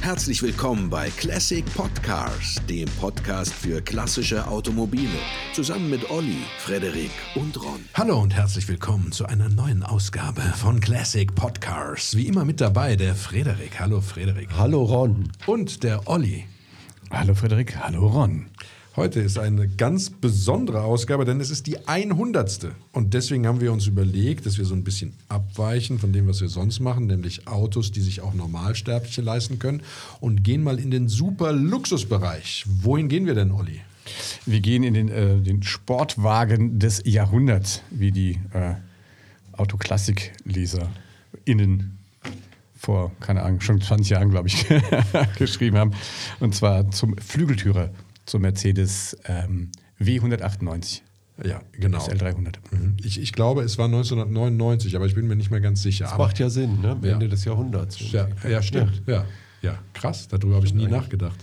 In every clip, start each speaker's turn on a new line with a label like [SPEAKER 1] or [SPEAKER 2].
[SPEAKER 1] Herzlich willkommen bei Classic Podcasts, dem Podcast für klassische Automobile. Zusammen mit Olli, Frederik und Ron.
[SPEAKER 2] Hallo und herzlich willkommen zu einer neuen Ausgabe von Classic Podcasts. Wie immer mit dabei der Frederik. Hallo Frederik.
[SPEAKER 3] Hallo Ron.
[SPEAKER 2] Und der Olli.
[SPEAKER 4] Hallo Frederik, hallo Ron.
[SPEAKER 2] Heute ist eine ganz besondere Ausgabe, denn es ist die 100. Und deswegen haben wir uns überlegt, dass wir so ein bisschen abweichen von dem, was wir sonst machen, nämlich Autos, die sich auch Normalsterbliche leisten können, und gehen mal in den super Luxusbereich. Wohin gehen wir denn, Olli?
[SPEAKER 4] Wir gehen in den, äh, den Sportwagen des Jahrhunderts, wie die äh, Autoklassik-Leser innen vor, keine Ahnung, schon 20 Jahren, glaube ich, geschrieben haben. Und zwar zum Flügeltürer, zum Mercedes ähm, W198.
[SPEAKER 2] Ja, genau.
[SPEAKER 4] Das L300.
[SPEAKER 2] Ich, ich glaube, es war 1999, aber ich bin mir nicht mehr ganz sicher.
[SPEAKER 3] Das
[SPEAKER 2] Aber-
[SPEAKER 3] macht ja Sinn, ne? Am
[SPEAKER 2] Ja.
[SPEAKER 3] Ende des Jahrhunderts.
[SPEAKER 2] Ja, ja stimmt. Ja. ja, krass. Darüber habe ich nie nachgedacht.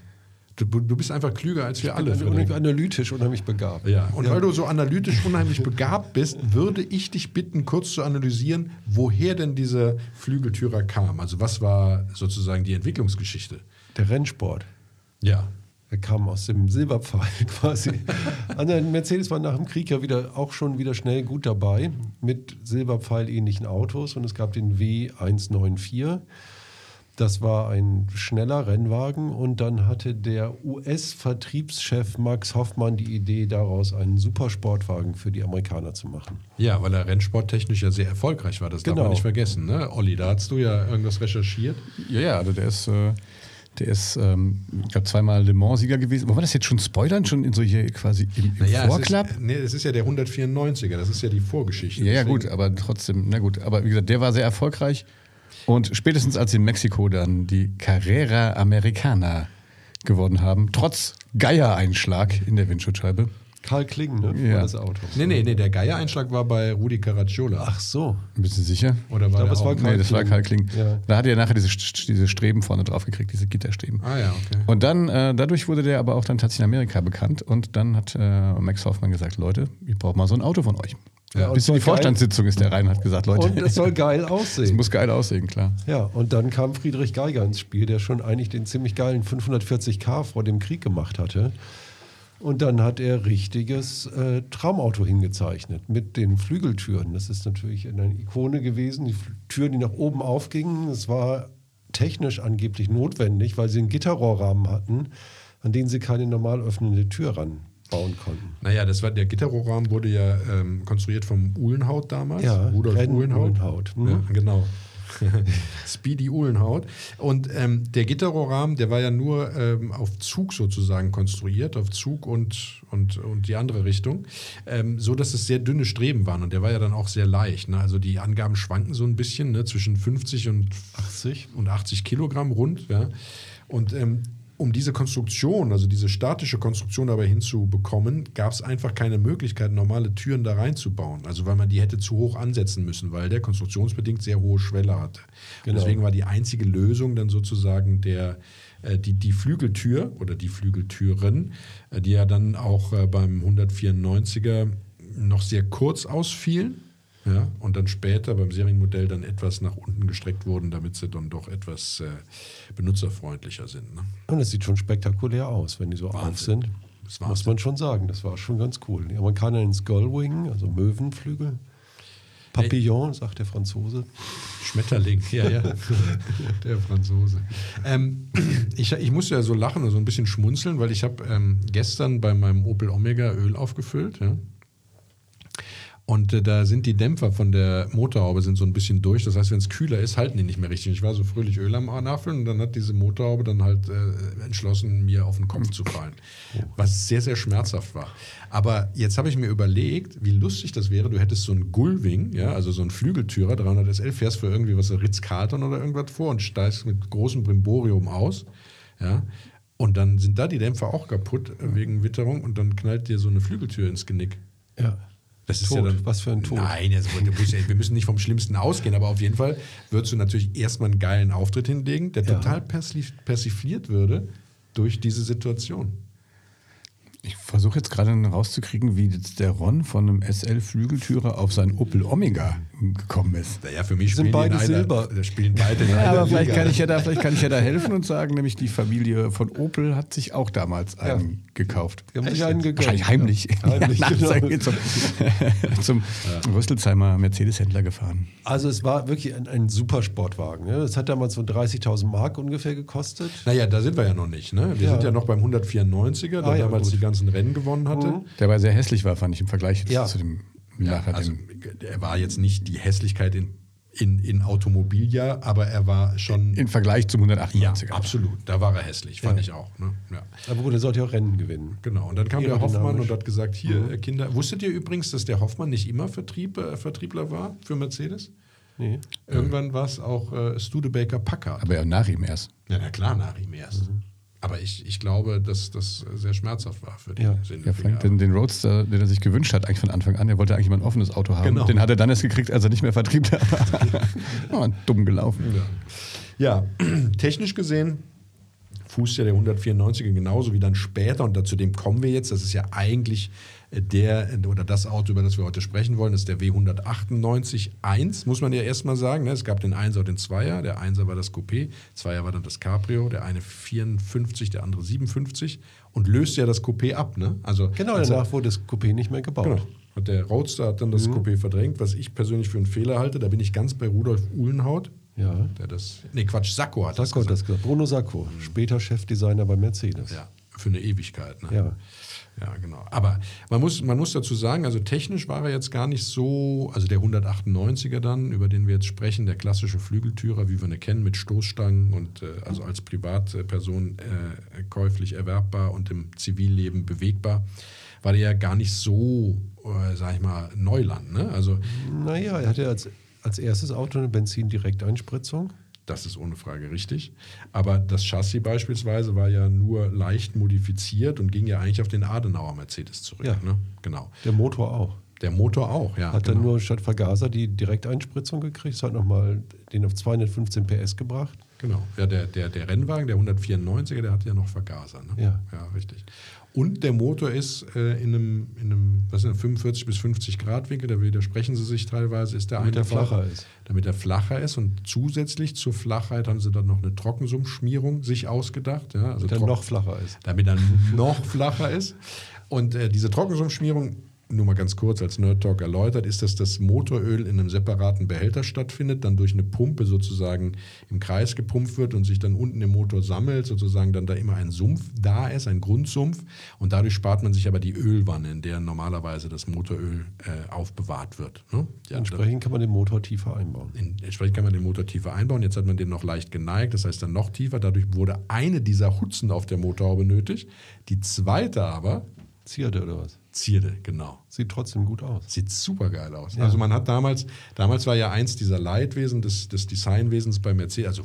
[SPEAKER 2] Du, du bist einfach klüger als wir alle.
[SPEAKER 3] Alle
[SPEAKER 2] Frederik.
[SPEAKER 3] analytisch unheimlich begabt.
[SPEAKER 2] Ja. Und weil du so analytisch unheimlich begabt bist, würde ich dich bitten, kurz zu analysieren, woher denn dieser Flügeltürer kam. Also was war sozusagen die Entwicklungsgeschichte?
[SPEAKER 3] Der Rennsport.
[SPEAKER 2] Ja.
[SPEAKER 3] Er kam aus dem Silberpfeil quasi. Andere Mercedes war nach dem Krieg ja wieder auch schon wieder schnell gut dabei mit Silberpfeil ähnlichen Autos und es gab den W194. Das war ein schneller Rennwagen und dann hatte der US-Vertriebschef Max Hoffmann die Idee, daraus einen Supersportwagen für die Amerikaner zu machen.
[SPEAKER 2] Ja, weil er rennsporttechnisch ja sehr erfolgreich war. Das darf man
[SPEAKER 3] Genau.
[SPEAKER 2] nicht vergessen. Ne? Olli, da hast du ja irgendwas recherchiert.
[SPEAKER 4] Ja, ja, also der ist, äh, der ist, ähm, ich glaube, zweimal Le Mans-Sieger gewesen. Wollen wir das jetzt schon spoilern? Schon in so hier quasi im, im Vorklapp?
[SPEAKER 2] Es ist, nee, es ist ja der 194er. Das ist ja die Vorgeschichte.
[SPEAKER 4] Ja, ja,
[SPEAKER 2] Deswegen-
[SPEAKER 4] gut, aber trotzdem, na gut. Aber wie gesagt, der war sehr erfolgreich. Und spätestens als sie in Mexiko dann die Carrera Americana gewonnen haben, trotz Geiereinschlag in der Windschutzscheibe.
[SPEAKER 3] Karl Kling, ne?
[SPEAKER 4] Ja.
[SPEAKER 3] War das Auto.
[SPEAKER 2] Nee, nee, nee, der Geiereinschlag war bei Rudi Caracciola.
[SPEAKER 3] Ach so.
[SPEAKER 4] Ein bisschen sicher?
[SPEAKER 2] Oder war
[SPEAKER 3] glaub,
[SPEAKER 2] der
[SPEAKER 3] es war
[SPEAKER 2] auch-
[SPEAKER 3] Karl
[SPEAKER 4] nee, das war
[SPEAKER 3] Kling.
[SPEAKER 4] Karl Kling.
[SPEAKER 3] Ja.
[SPEAKER 4] Da hat er nachher diese, St- diese Streben vorne drauf gekriegt, diese Gitterstreben.
[SPEAKER 2] Ah ja, okay.
[SPEAKER 4] Und dann, äh, dadurch wurde der aber auch dann tatsächlich in Amerika bekannt. Und dann hat äh, Max Hoffmann gesagt, Leute, ich brauche mal so ein Auto von euch.
[SPEAKER 3] und
[SPEAKER 4] Bis in
[SPEAKER 3] soll
[SPEAKER 4] die
[SPEAKER 3] geil-
[SPEAKER 4] Vorstandssitzung ist der rein und hat gesagt, Leute,
[SPEAKER 3] Und es
[SPEAKER 4] es
[SPEAKER 3] soll geil aussehen.
[SPEAKER 4] muss geil aussehen, klar.
[SPEAKER 3] Ja, und dann kam Friedrich Geiger ins Spiel, der schon eigentlich den ziemlich geilen 540k vor dem Krieg gemacht hatte. Und dann hat er richtiges äh, Traumauto hingezeichnet mit den Flügeltüren. Das ist natürlich eine Ikone gewesen. Die Fl- Türen, die nach oben aufgingen, das war technisch angeblich notwendig, weil sie einen Gitterrohrrahmen hatten, an den sie keine normal öffnende Tür ranbauen konnten.
[SPEAKER 2] Naja, das war, der Gitterrohrrahmen wurde ja ähm, konstruiert vom Uhlenhaut damals.
[SPEAKER 3] Ja,
[SPEAKER 2] Rudolf
[SPEAKER 3] Renn
[SPEAKER 2] Uhlenhaut.
[SPEAKER 3] Uhlenhaut, mhm.
[SPEAKER 2] Ja, genau. Speedy Uhlenhaut. Und ähm, der Gitterrohrrahmen, der war ja nur ähm, auf Zug sozusagen konstruiert, auf Zug und, und, und die andere Richtung, ähm, so dass es sehr dünne Streben waren. Und der war ja dann auch sehr leicht. Ne? Also die Angaben schwanken so ein bisschen ne? zwischen 50 und
[SPEAKER 3] 80.
[SPEAKER 2] und 80 Kilogramm rund. Ja. Und ähm, um diese Konstruktion, also diese statische Konstruktion dabei hinzubekommen, gab es einfach keine Möglichkeit, normale Türen da reinzubauen. Also weil man die hätte zu hoch ansetzen müssen, weil der konstruktionsbedingt sehr hohe Schwelle hatte. Und
[SPEAKER 3] Genau.
[SPEAKER 2] Deswegen war die einzige Lösung dann sozusagen der, äh, die, die Flügeltür oder die Flügeltüren, äh, die ja dann auch äh, beim 194er noch sehr kurz ausfielen. Ja, und dann später beim Serienmodell dann etwas nach unten gestreckt wurden, damit sie dann doch etwas äh, benutzerfreundlicher sind. Ne?
[SPEAKER 3] Und es sieht schon spektakulär aus, wenn die so auf
[SPEAKER 2] Wahnsinn.
[SPEAKER 3] sind.
[SPEAKER 2] Das ist
[SPEAKER 3] muss
[SPEAKER 2] Wahnsinn.
[SPEAKER 3] man schon sagen, das war schon ganz cool. Die Amerikaner ins Gullwing, also Möwenflügel. Papillon, sagt der Franzose.
[SPEAKER 2] Schmetterling, ja, ja. Der Franzose. Ähm, ich, ich musste ja so lachen und so ein bisschen schmunzeln, weil ich habe ähm, gestern bei meinem Opel Omega Öl aufgefüllt. Ja? Und äh, da sind die Dämpfer von der Motorhaube sind so ein bisschen durch. Das heißt, wenn es kühler ist, halten die nicht mehr richtig. Ich war so fröhlich Öl am Nachfüllen und dann hat diese Motorhaube dann halt äh, entschlossen, mir auf den Kopf zu fallen. Was sehr, sehr schmerzhaft war. Aber jetzt habe ich mir überlegt, wie lustig das wäre. Du hättest so einen Gullwing, ja, also so einen Flügeltürer, 300 SL, fährst für irgendwie was Ritz-Carlton oder irgendwas vor und steigst mit großem Brimborium aus. Ja. Und dann sind da die Dämpfer auch kaputt äh, wegen Witterung und dann knallt dir so eine Flügeltür ins Genick.
[SPEAKER 3] Ja.
[SPEAKER 2] Das ist
[SPEAKER 3] Tod.
[SPEAKER 2] ja dann,
[SPEAKER 3] Was für ein Tod.
[SPEAKER 2] Nein, also, du musst ja- wir müssen nicht vom Schlimmsten ausgehen, aber auf jeden Fall würdest du natürlich erstmal einen geilen Auftritt hinlegen, der
[SPEAKER 3] Ja.
[SPEAKER 2] total persif persifliert würde durch diese Situation.
[SPEAKER 4] Ich versuche jetzt gerade rauszukriegen, wie jetzt der Ron von einem SL-Flügeltürer auf seinen Opel Omega gekommen ist.
[SPEAKER 2] Naja, für mich
[SPEAKER 3] Sind
[SPEAKER 2] spielen
[SPEAKER 3] beide
[SPEAKER 2] die in
[SPEAKER 3] Silber.
[SPEAKER 2] Einer, da spielen beide in einer
[SPEAKER 4] aber
[SPEAKER 2] Liga.
[SPEAKER 4] vielleicht kann, ich ja da, vielleicht kann ich ja da helfen und sagen, nämlich die Familie von Opel hat sich auch damals einen gekauft.
[SPEAKER 3] Die haben sich einen gegönnt.
[SPEAKER 4] Wahrscheinlich heimlich.
[SPEAKER 3] Ja, heimlich,
[SPEAKER 4] Ja,
[SPEAKER 3] genau.
[SPEAKER 4] nach- Zum, zum Rüsselsheimer Mercedes-Händler gefahren.
[SPEAKER 3] Also es war wirklich ein, ein super Sportwagen. Ne? Das hat damals so 30.000 Mark ungefähr gekostet.
[SPEAKER 2] Naja, da sind wir ja noch nicht. Ne? Wir
[SPEAKER 3] Ja.
[SPEAKER 2] sind ja noch beim 194er, der
[SPEAKER 3] Ah, ja,
[SPEAKER 2] damals
[SPEAKER 3] gut. Mhm.
[SPEAKER 2] die ganzen Rennen gewonnen hatte.
[SPEAKER 4] Der aber sehr hässlich war, fand ich im Vergleich jetzt
[SPEAKER 3] Ja.
[SPEAKER 4] zu dem nachher
[SPEAKER 2] Also
[SPEAKER 4] dem
[SPEAKER 2] er war jetzt nicht die Hässlichkeit in, in, in Automobilia, aber er war schon.
[SPEAKER 4] im Vergleich zum
[SPEAKER 2] ja,
[SPEAKER 4] 198er.
[SPEAKER 2] absolut. Da war er hässlich, fand ich auch. Ne? Ja.
[SPEAKER 3] Aber gut, er sollte ja auch Rennen gewinnen.
[SPEAKER 2] Genau, und dann kam der
[SPEAKER 3] Aerodynamisch.
[SPEAKER 2] Hoffmann und hat gesagt, hier,
[SPEAKER 4] Mhm.
[SPEAKER 2] äh, Kinder, wusstet ihr übrigens, dass der Hoffmann nicht immer Vertrieb, äh, Vertriebler war für Mercedes?
[SPEAKER 3] Nee.
[SPEAKER 4] Äh.
[SPEAKER 2] Irgendwann war es auch äh, Studebaker Packard.
[SPEAKER 4] Aber ja, nach ihm erst.
[SPEAKER 2] Ja, na klar, nach ihm erst.
[SPEAKER 4] Mhm.
[SPEAKER 2] Aber ich, ich glaube, dass das äh, sehr schmerzhaft war für den
[SPEAKER 3] Ja.
[SPEAKER 4] Ja,
[SPEAKER 2] Sindelfinger.
[SPEAKER 4] Frank, den, den Roadster, den er sich gewünscht hat, eigentlich von Anfang an, er wollte eigentlich mal ein offenes Auto haben.
[SPEAKER 2] Genau.
[SPEAKER 4] Den hat er dann erst gekriegt, als er nicht mehr Vertriebler war. oh, dumm gelaufen.
[SPEAKER 2] Ja, technisch gesehen fußt ja der 194er genauso wie dann später und dazu dem kommen wir jetzt. Das ist ja eigentlich äh, der äh, oder das Auto, über das wir heute sprechen wollen, das ist der W198-1, muss man ja erstmal sagen. Ne? Es gab den 1er und den 2er. Der 1er war das Coupé, 2er war dann das Cabrio, der eine 54, der andere 57 und löste ja das Coupé ab. Ne? Also
[SPEAKER 3] Genau,
[SPEAKER 2] als er-
[SPEAKER 3] danach wurde das Coupé nicht mehr gebaut.
[SPEAKER 2] Genau. Hat der Roadster hat dann das
[SPEAKER 3] Mhm.
[SPEAKER 2] Coupé verdrängt, was ich persönlich für einen Fehler halte. Da bin ich ganz bei Rudolf Uhlenhaut.
[SPEAKER 3] Ja.
[SPEAKER 2] Der das, nee, Quatsch, Sacco hat
[SPEAKER 3] Sacco hat
[SPEAKER 2] das
[SPEAKER 3] das gesagt. Bruno Sacco, später Chefdesigner bei Mercedes.
[SPEAKER 2] gesagt. Ja, für eine Ewigkeit. Ne?
[SPEAKER 3] Ja.
[SPEAKER 2] Ja, genau. Aber man muss, man muss dazu sagen, also technisch war er jetzt gar nicht so, also der 198er dann, über den wir jetzt sprechen, der klassische Flügeltürer, wie wir ihn kennen, mit Stoßstangen und äh, also als Privatperson äh, käuflich erwerbbar und im Zivilleben bewegbar, war der ja gar nicht so, äh, sag ich mal, Neuland. Ne? Also
[SPEAKER 3] Naja, er hatte als, als erstes Auto eine Benzindirekteinspritzung.
[SPEAKER 2] Das ist ohne Frage richtig. Aber das Chassis beispielsweise war ja nur leicht modifiziert und ging ja eigentlich auf den Adenauer Mercedes zurück.
[SPEAKER 3] Ja.
[SPEAKER 2] Ne? Genau.
[SPEAKER 3] Der Motor auch.
[SPEAKER 2] Der Motor auch, ja.
[SPEAKER 3] Hat dann
[SPEAKER 2] genau.
[SPEAKER 3] nur statt Vergaser die Direkteinspritzung gekriegt. Es hat nochmal den auf 215 PS gebracht.
[SPEAKER 2] genau. Ja, der, der, der Rennwagen, der 194er, der hatte ja noch Vergaser. Ne?
[SPEAKER 3] Ja.
[SPEAKER 2] ja, richtig. Und der Motor ist äh, in einem, in einem was ist das, 45 bis 50 Grad Winkel, da widersprechen sie sich teilweise, ist der
[SPEAKER 3] Damit er
[SPEAKER 2] eingebaut,
[SPEAKER 3] flacher ist.
[SPEAKER 2] Damit er flacher ist und zusätzlich zur Flachheit haben sie dann noch eine Trockensummschmierung sich ausgedacht. Ja? Also
[SPEAKER 3] Der
[SPEAKER 2] trocken-
[SPEAKER 3] noch flacher ist.
[SPEAKER 2] damit er noch flacher ist. Und äh, diese Trockensummschmierung, nur mal ganz kurz als Nerd Talk erläutert, ist, dass das Motoröl in einem separaten Behälter stattfindet, dann durch eine Pumpe sozusagen im Kreis gepumpt wird und sich dann unten im Motor sammelt, sozusagen dann da immer ein Sumpf da ist, ein Grundsumpf. Und dadurch spart man sich aber die Ölwanne, in der normalerweise das Motoröl äh, aufbewahrt wird. Ne? Ja, da-
[SPEAKER 3] Entsprechend kann man den Motor tiefer einbauen.
[SPEAKER 2] in, entsprechend kann man den Motor tiefer einbauen. Jetzt hat man den noch leicht geneigt, das heißt dann noch tiefer. Dadurch wurde eine dieser Hutzen auf der Motorhaube nötig. Die zweite aber,
[SPEAKER 3] Zierte oder was?
[SPEAKER 2] Zierde, genau.
[SPEAKER 3] Sieht trotzdem gut aus.
[SPEAKER 2] Sieht super geil aus. Also man hat damals, damals war ja eins dieser Leitwesen des, des Designwesens bei Mercedes, also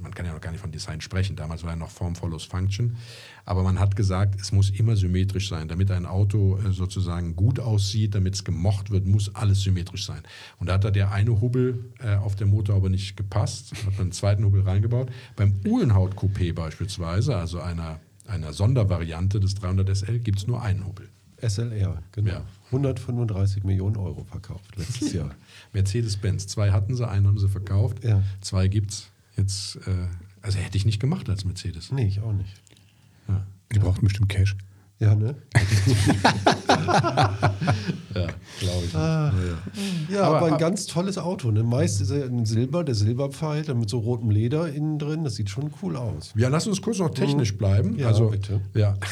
[SPEAKER 2] man kann ja noch gar nicht von Design sprechen, damals war ja noch Form follows Function, aber man hat gesagt, es muss immer symmetrisch sein, damit ein Auto äh, sozusagen gut aussieht, damit es gemocht wird, muss alles symmetrisch sein. Und da hat da der eine Hubbel äh, auf der Motorhaube nicht gepasst, hat einen zweiten Hubbel reingebaut. Beim Uhlenhaut-Coupé beispielsweise, also einer, einer Sondervariante des 300 SL, gibt es nur einen Hubbel.
[SPEAKER 3] SLR, genau.
[SPEAKER 2] Ja.
[SPEAKER 3] 135 Millionen Euro verkauft letztes Jahr.
[SPEAKER 2] Mercedes-Benz. Zwei hatten sie, einen haben sie verkauft.
[SPEAKER 3] Ja.
[SPEAKER 2] Zwei gibt's. Jetzt, äh, also hätte ich nicht gemacht als Mercedes.
[SPEAKER 3] Nee, ich auch nicht.
[SPEAKER 2] Ja.
[SPEAKER 4] Die brauchten bestimmt Cash.
[SPEAKER 3] Ja, ne?
[SPEAKER 2] Ja, glaube ich.
[SPEAKER 3] Ja, aber, ein ganz tolles Auto. Ne? Meist ist er in Silber, der Silberpfeil, dann mit so rotem Leder innen drin. Das sieht schon cool aus.
[SPEAKER 2] Ja, lass uns kurz noch technisch bleiben.
[SPEAKER 3] Mhm. Ja,
[SPEAKER 2] also,
[SPEAKER 3] bitte.
[SPEAKER 2] Ja.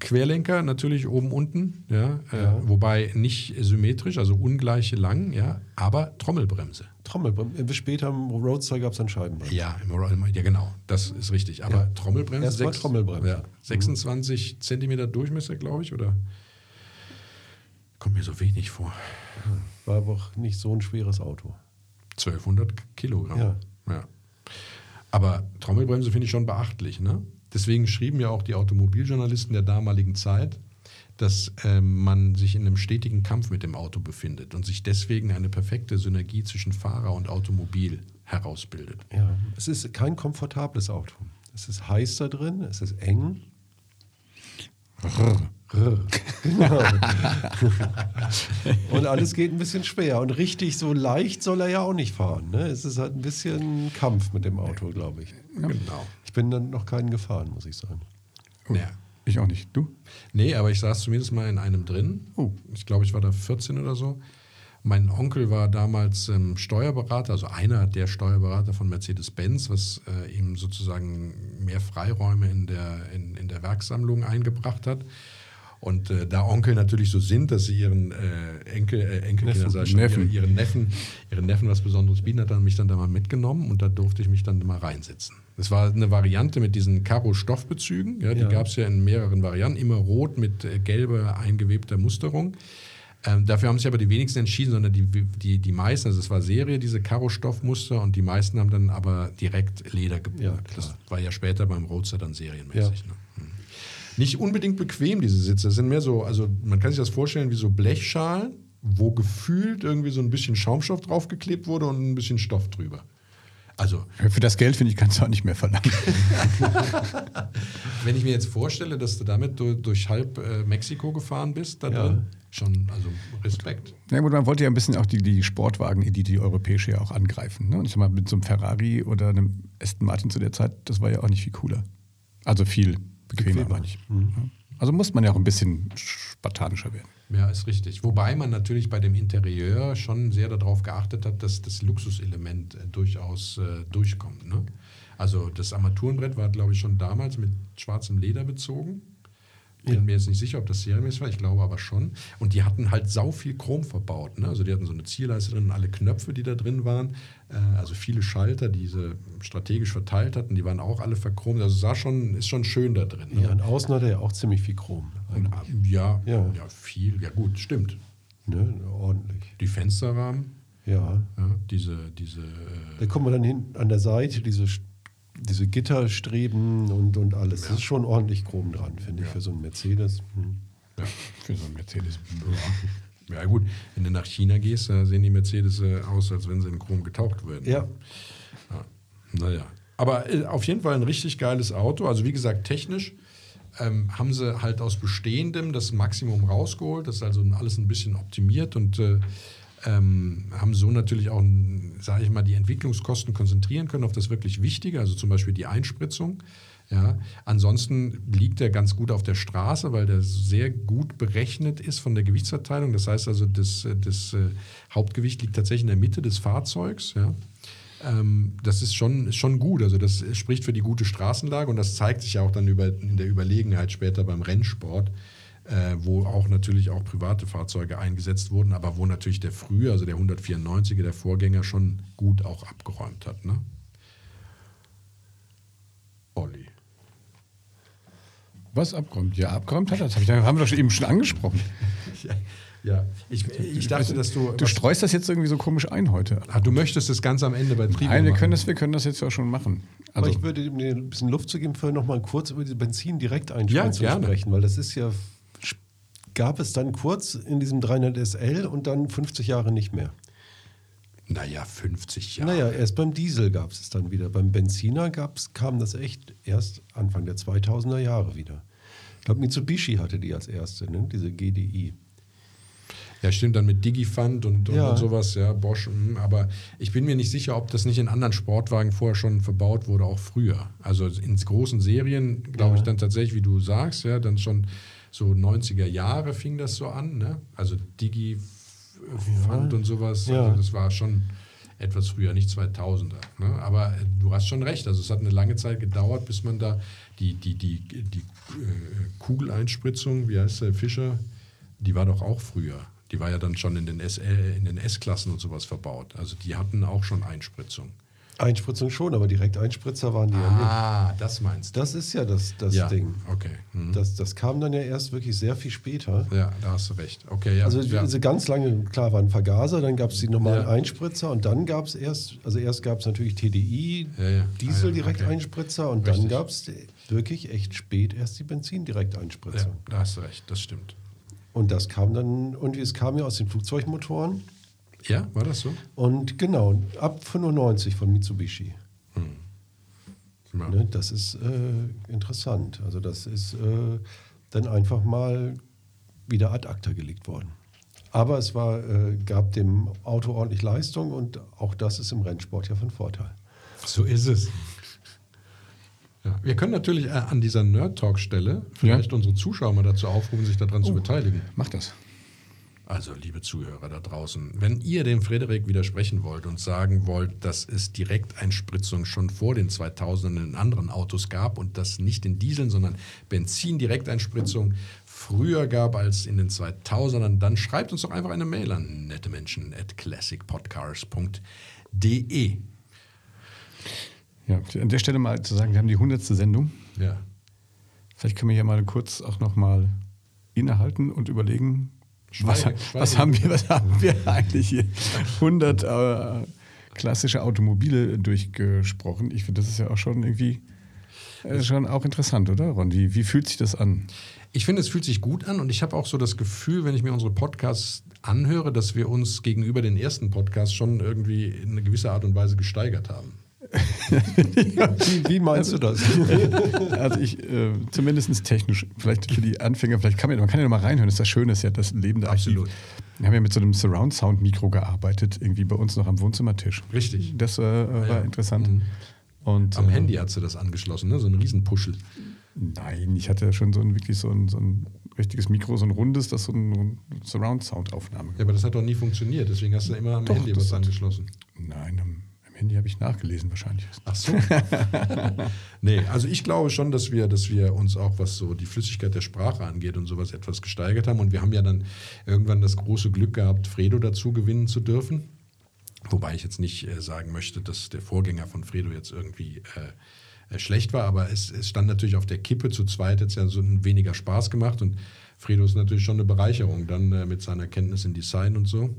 [SPEAKER 2] Querlenker natürlich oben unten, ja, äh, wobei nicht symmetrisch, also ungleiche lang, ja, aber Trommelbremse.
[SPEAKER 3] Trommelbremse. Bis äh, später im Roadster gab es dann Scheibenbremse.
[SPEAKER 2] Ja, im Royal Mail- ja genau, das ist richtig. Aber
[SPEAKER 3] Ja.
[SPEAKER 2] Trommelbremse,
[SPEAKER 3] Erst mal
[SPEAKER 2] sechs-
[SPEAKER 3] Trommelbremse. Mhm.
[SPEAKER 2] Ja, 26 Zentimeter Durchmesser, glaube ich, oder? Kommt mir so wenig vor.
[SPEAKER 3] War aber auch nicht so ein schweres Auto.
[SPEAKER 2] 1200 Kilogramm.
[SPEAKER 3] Ja.
[SPEAKER 2] Ja. Aber Trommelbremse finde ich schon beachtlich. Ne? Deswegen schrieben ja auch die Automobiljournalisten der damaligen Zeit, dass ähm, man sich in einem stetigen Kampf mit dem Auto befindet und sich deswegen eine perfekte Synergie zwischen Fahrer und Automobil herausbildet.
[SPEAKER 3] Ja. Es ist kein komfortables Auto. Es ist heiß da drin, es ist eng. Genau. und alles geht ein bisschen schwer. Und richtig so leicht soll er ja auch nicht fahren. Ne? Es ist halt ein bisschen Kampf mit dem Auto, glaube ich.
[SPEAKER 2] Genau.
[SPEAKER 3] Ich bin dann noch keinen gefahren, muss ich sagen.
[SPEAKER 2] Ja.
[SPEAKER 4] Ich auch nicht. Du?
[SPEAKER 2] Nee, aber ich saß zumindest mal in einem drin.
[SPEAKER 4] Oh.
[SPEAKER 2] Ich glaube, ich war da 14 oder so. Mein Onkel war damals ähm, Steuerberater, also einer der Steuerberater von Mercedes-Benz, was äh, ihm sozusagen mehr Freiräume in der, in, in der Werksammlung eingebracht hat. Und äh, da Onkel natürlich so sind, dass sie ihren äh, Enkel, äh, Enkelkinder,
[SPEAKER 4] Neffen.
[SPEAKER 2] sag ich schon,
[SPEAKER 4] Neffen.
[SPEAKER 2] Ihre, ihren Neffen, ihren Neffen was Besonderes bieten, hat er mich dann da mal mitgenommen und da durfte ich mich dann mal reinsetzen. Das war eine Variante mit diesen Karo-Stoffbezügen, ja, die
[SPEAKER 3] Ja.
[SPEAKER 2] gab's gab es ja in mehreren Varianten, immer rot mit äh, gelber eingewebter Musterung. Ähm, dafür haben sich aber die wenigsten entschieden, sondern die, die, die meisten, also es war Serie, diese Karo-Stoffmuster und die meisten haben dann aber direkt Leder gebucht.
[SPEAKER 3] Ja, klar.
[SPEAKER 2] das war ja später beim Roadster dann serienmäßig. Ne? Hm. Nicht unbedingt bequem, diese Sitze. Das sind mehr so, also man kann sich das vorstellen wie so Blechschalen, wo gefühlt irgendwie so ein bisschen Schaumstoff draufgeklebt wurde und ein bisschen Stoff drüber. Also,
[SPEAKER 4] Für das Geld, finde ich, kannst du auch nicht mehr verlangen.
[SPEAKER 2] wenn ich mir jetzt vorstelle, dass du damit du, durch halb äh, Mexiko gefahren bist, dann
[SPEAKER 3] Ja.
[SPEAKER 2] schon, also Respekt.
[SPEAKER 4] Na gut, man wollte ja ein bisschen auch die, die Sportwagen, die, die europäische ja auch angreifen. Ne? Und ich sag mal, mit so einem Ferrari oder einem Aston Martin zu der Zeit, das war ja auch nicht viel cooler. Also viel bequemer,
[SPEAKER 2] Bequemer.
[SPEAKER 4] meine ich. Ja. Also muss man ja auch ein bisschen spartanischer werden.
[SPEAKER 2] Ja, ist richtig. Wobei man natürlich bei dem Interieur schon sehr darauf geachtet hat, dass das Luxuselement äh, durchaus äh, durchkommt. Ne? Also das Armaturenbrett war, glaube ich, schon damals mit schwarzem Leder bezogen. Bin mir jetzt nicht sicher, ob das serienmäßig war, ich glaube aber schon. Und die hatten halt sau viel Chrom verbaut. Ne? Also die hatten so eine Zierleiste drin, und alle Knöpfe, die da drin waren. Äh, also viele Schalter, die sie strategisch verteilt hatten, die waren auch alle verchromt. Also sah schon, ist schon schön da drin. Ne?
[SPEAKER 3] Ja, und außen hat er ja auch ziemlich viel Chrom.
[SPEAKER 2] Und, äh, ja, ja,
[SPEAKER 3] Ja.
[SPEAKER 2] ja, viel. Ja gut, stimmt.
[SPEAKER 3] Ne? Ordentlich.
[SPEAKER 2] Die Fensterrahmen,
[SPEAKER 3] Ja.
[SPEAKER 2] ja, diese, diese, äh,
[SPEAKER 3] Da kommt man dann hinten an der Seite, diese, Sch- diese Gitterstreben und, und alles. Das ist schon ordentlich Chrom dran, finde ich, für so einen Mercedes. Hm.
[SPEAKER 2] ja.
[SPEAKER 4] Für so ein Mercedes.
[SPEAKER 2] Ja. ja gut, wenn du nach China gehst, da sehen die Mercedes äh, aus, als wenn sie in Chrom getaucht würden.
[SPEAKER 3] Ja.
[SPEAKER 2] Naja. Aber äh, auf jeden Fall ein richtig geiles Auto. Also wie gesagt, technisch ähm, haben sie halt aus Bestehendem das Maximum rausgeholt. Das ist also alles ein bisschen optimiert und äh, ähm, haben so natürlich auch, sage ich mal, die Entwicklungskosten konzentrieren können auf das wirklich Wichtige, also zum Beispiel die Einspritzung. Ja, ansonsten liegt er ganz gut auf der Straße, weil der sehr gut berechnet ist von der Gewichtsverteilung. Das heißt also, das, äh, das äh, Hauptgewicht liegt tatsächlich in der Mitte des Fahrzeugs. Ja. Ähm, das ist schon, ist schon gut. Also das spricht für die gute Straßenlage und das zeigt sich ja auch dann über, in der Überlegenheit später beim Rennsport, äh, wo auch natürlich auch private Fahrzeuge eingesetzt wurden, aber wo natürlich der frühe, also der 194er, der Vorgänger schon gut auch abgeräumt hat. Ne? Olli.
[SPEAKER 4] Was abgeräumt? Ja, abgeräumt hat er. Das hab ich, haben wir doch schon eben schon angesprochen.
[SPEAKER 2] Ja, ich, ich dachte, dass Also du...
[SPEAKER 4] Du streust das jetzt irgendwie so komisch ein heute.
[SPEAKER 2] ah, du möchtest das ganz am Ende bei Triebwerk
[SPEAKER 4] Nein, wir
[SPEAKER 2] machen.
[SPEAKER 4] können, das, wir können das jetzt ja schon machen.
[SPEAKER 3] Aber
[SPEAKER 4] Also,
[SPEAKER 3] ich würde ihm ein bisschen Luft zu geben, vorher nochmal kurz über die Benzin direkt einspringen
[SPEAKER 2] Ja,
[SPEAKER 3] zu
[SPEAKER 2] gerne.
[SPEAKER 3] sprechen, weil das ist ja, gab es dann kurz in diesem 300 SL und dann 50 Jahre nicht mehr.
[SPEAKER 2] Naja, 50 Jahre.
[SPEAKER 3] Naja, erst beim Diesel gab es es dann wieder. Beim Benziner gab's, kam das echt erst Anfang der 2000er Jahre wieder. Ich glaube, Mitsubishi hatte die als erste, ne? diese GDI.
[SPEAKER 2] Ja, stimmt, dann mit Digifund und, und,
[SPEAKER 3] Ja.
[SPEAKER 2] und sowas, ja, Bosch. mm, Aber ich bin mir nicht sicher, ob das nicht in anderen Sportwagen vorher schon verbaut wurde, auch früher. Also in großen Serien, glaube ich, dann tatsächlich, wie du sagst, ja, dann schon so 90er Jahre fing das so an, ne? Also Digifund und sowas,
[SPEAKER 3] Ja.
[SPEAKER 2] also das war schon etwas früher, nicht 2000er. Ne? Aber äh, du hast schon recht, also es hat eine lange Zeit gedauert, bis man da die, die, die, die äh, Kugeleinspritzung, wie heißt der Fischer, die war doch auch früher. Die war ja dann schon in den SL, in den S-Klassen und sowas verbaut. Also die hatten auch schon Einspritzung.
[SPEAKER 3] Einspritzung schon, aber direkt Einspritzer waren die ja nicht.
[SPEAKER 2] Ah, das meinst du.
[SPEAKER 3] Das ist ja das, das
[SPEAKER 2] ja,
[SPEAKER 3] Ding.
[SPEAKER 2] okay. Mhm.
[SPEAKER 3] Das, das kam dann ja erst wirklich sehr viel später.
[SPEAKER 2] Ja, da hast du recht. Okay, ja.
[SPEAKER 3] Also
[SPEAKER 2] ja.
[SPEAKER 3] diese ganz lange, klar waren Vergaser, dann gab es die normalen
[SPEAKER 2] Ja.
[SPEAKER 3] Einspritzer und dann gab es erst, also erst gab es natürlich TDI,
[SPEAKER 2] Ja, ja.
[SPEAKER 3] Diesel
[SPEAKER 2] Ah, ja,
[SPEAKER 3] direkt
[SPEAKER 2] okay.
[SPEAKER 3] Einspritzer und
[SPEAKER 2] Richtig.
[SPEAKER 3] dann gab es wirklich echt spät erst die Benzin direkt Einspritzung.
[SPEAKER 2] ja, da hast du recht, das stimmt.
[SPEAKER 3] Und das kam dann, und es kam ja aus den Flugzeugmotoren.
[SPEAKER 2] Ja, war das so?
[SPEAKER 3] Und genau, ab 95 von Mitsubishi.
[SPEAKER 2] Ja.
[SPEAKER 3] Ne, das ist äh, interessant. Also das ist äh, dann einfach mal wieder ad acta gelegt worden. Aber es war, äh, gab dem Auto ordentlich Leistung und auch das ist im Rennsport ja von Vorteil.
[SPEAKER 2] So ist es. Ja, wir können natürlich äh, an dieser Nerd-Talk-Stelle vielleicht
[SPEAKER 4] Ja.
[SPEAKER 2] unsere Zuschauer mal dazu aufrufen, sich daran zu beteiligen.
[SPEAKER 4] Mach das.
[SPEAKER 2] Also, liebe Zuhörer da draußen, wenn ihr dem Frederik widersprechen wollt und sagen wollt, dass es Direkteinspritzung schon vor den 2000ern in anderen Autos gab und das nicht in Dieseln, sondern Benzin-Direkteinspritzung früher gab als in den 2000ern, dann schreibt uns doch einfach eine Mail an nettemenschen.classicpodcars.de.
[SPEAKER 4] Ja, an der Stelle mal zu sagen, wir haben die 100. Sendung.
[SPEAKER 2] Ja,
[SPEAKER 4] Vielleicht können wir hier mal kurz auch nochmal innehalten und überlegen, was,
[SPEAKER 2] Schweige, schweige.
[SPEAKER 4] was, haben wir, was haben wir eigentlich hier? 100 äh, klassische Automobile durchgesprochen. Ich finde, das ist ja auch schon irgendwie äh, schon auch interessant, oder Ron? Wie, wie fühlt sich das an?
[SPEAKER 2] Ich finde, es fühlt sich gut an und ich habe auch so das Gefühl, wenn ich mir unsere Podcasts anhöre, dass wir uns gegenüber den ersten Podcasts schon irgendwie in eine gewisse Art und Weise gesteigert haben.
[SPEAKER 3] Wie, wie meinst du das?
[SPEAKER 4] Also ich, äh, zumindest technisch, vielleicht für die Anfänger, vielleicht kann man, man kann ja noch mal reinhören, das ist das Schöne, ist ja das lebende Archiv.
[SPEAKER 2] Absolut.
[SPEAKER 4] Wir haben ja mit so einem Surround-Sound-Mikro gearbeitet, irgendwie bei uns noch am Wohnzimmertisch.
[SPEAKER 2] Richtig.
[SPEAKER 4] Das äh, war
[SPEAKER 2] ja.
[SPEAKER 4] interessant.
[SPEAKER 2] Mhm.
[SPEAKER 4] Und,
[SPEAKER 2] Am
[SPEAKER 4] äh,
[SPEAKER 2] Handy hat sie das angeschlossen, ne? so ein Riesenpuschel.
[SPEAKER 4] Nein, ich hatte schon so ein wirklich so ein, so ein richtiges Mikro, so ein rundes, das so ein Surround-Sound-Aufnahme.
[SPEAKER 2] Ja, aber das hat doch nie funktioniert, deswegen hast du immer am
[SPEAKER 4] Doch,
[SPEAKER 2] Handy
[SPEAKER 4] das
[SPEAKER 2] was
[SPEAKER 4] hat-
[SPEAKER 2] angeschlossen.
[SPEAKER 4] Nein, am, am Handy habe ich nachgelesen wahrscheinlich.
[SPEAKER 2] Ach so. nee, also ich glaube schon, dass wir, dass wir uns auch, was so die Flüssigkeit der Sprache angeht und sowas, etwas gesteigert haben. Und wir haben ja dann irgendwann das große Glück gehabt, Fredo dazu gewinnen zu dürfen. Wobei ich jetzt nicht äh, sagen möchte, dass der Vorgänger von Fredo jetzt irgendwie äh, äh, schlecht war, aber es, es stand natürlich auf der Kippe. Zu zweit hat es ja so ein weniger Spaß gemacht und Fredo ist natürlich schon eine Bereicherung dann äh, mit seiner Kenntnis in Design und so.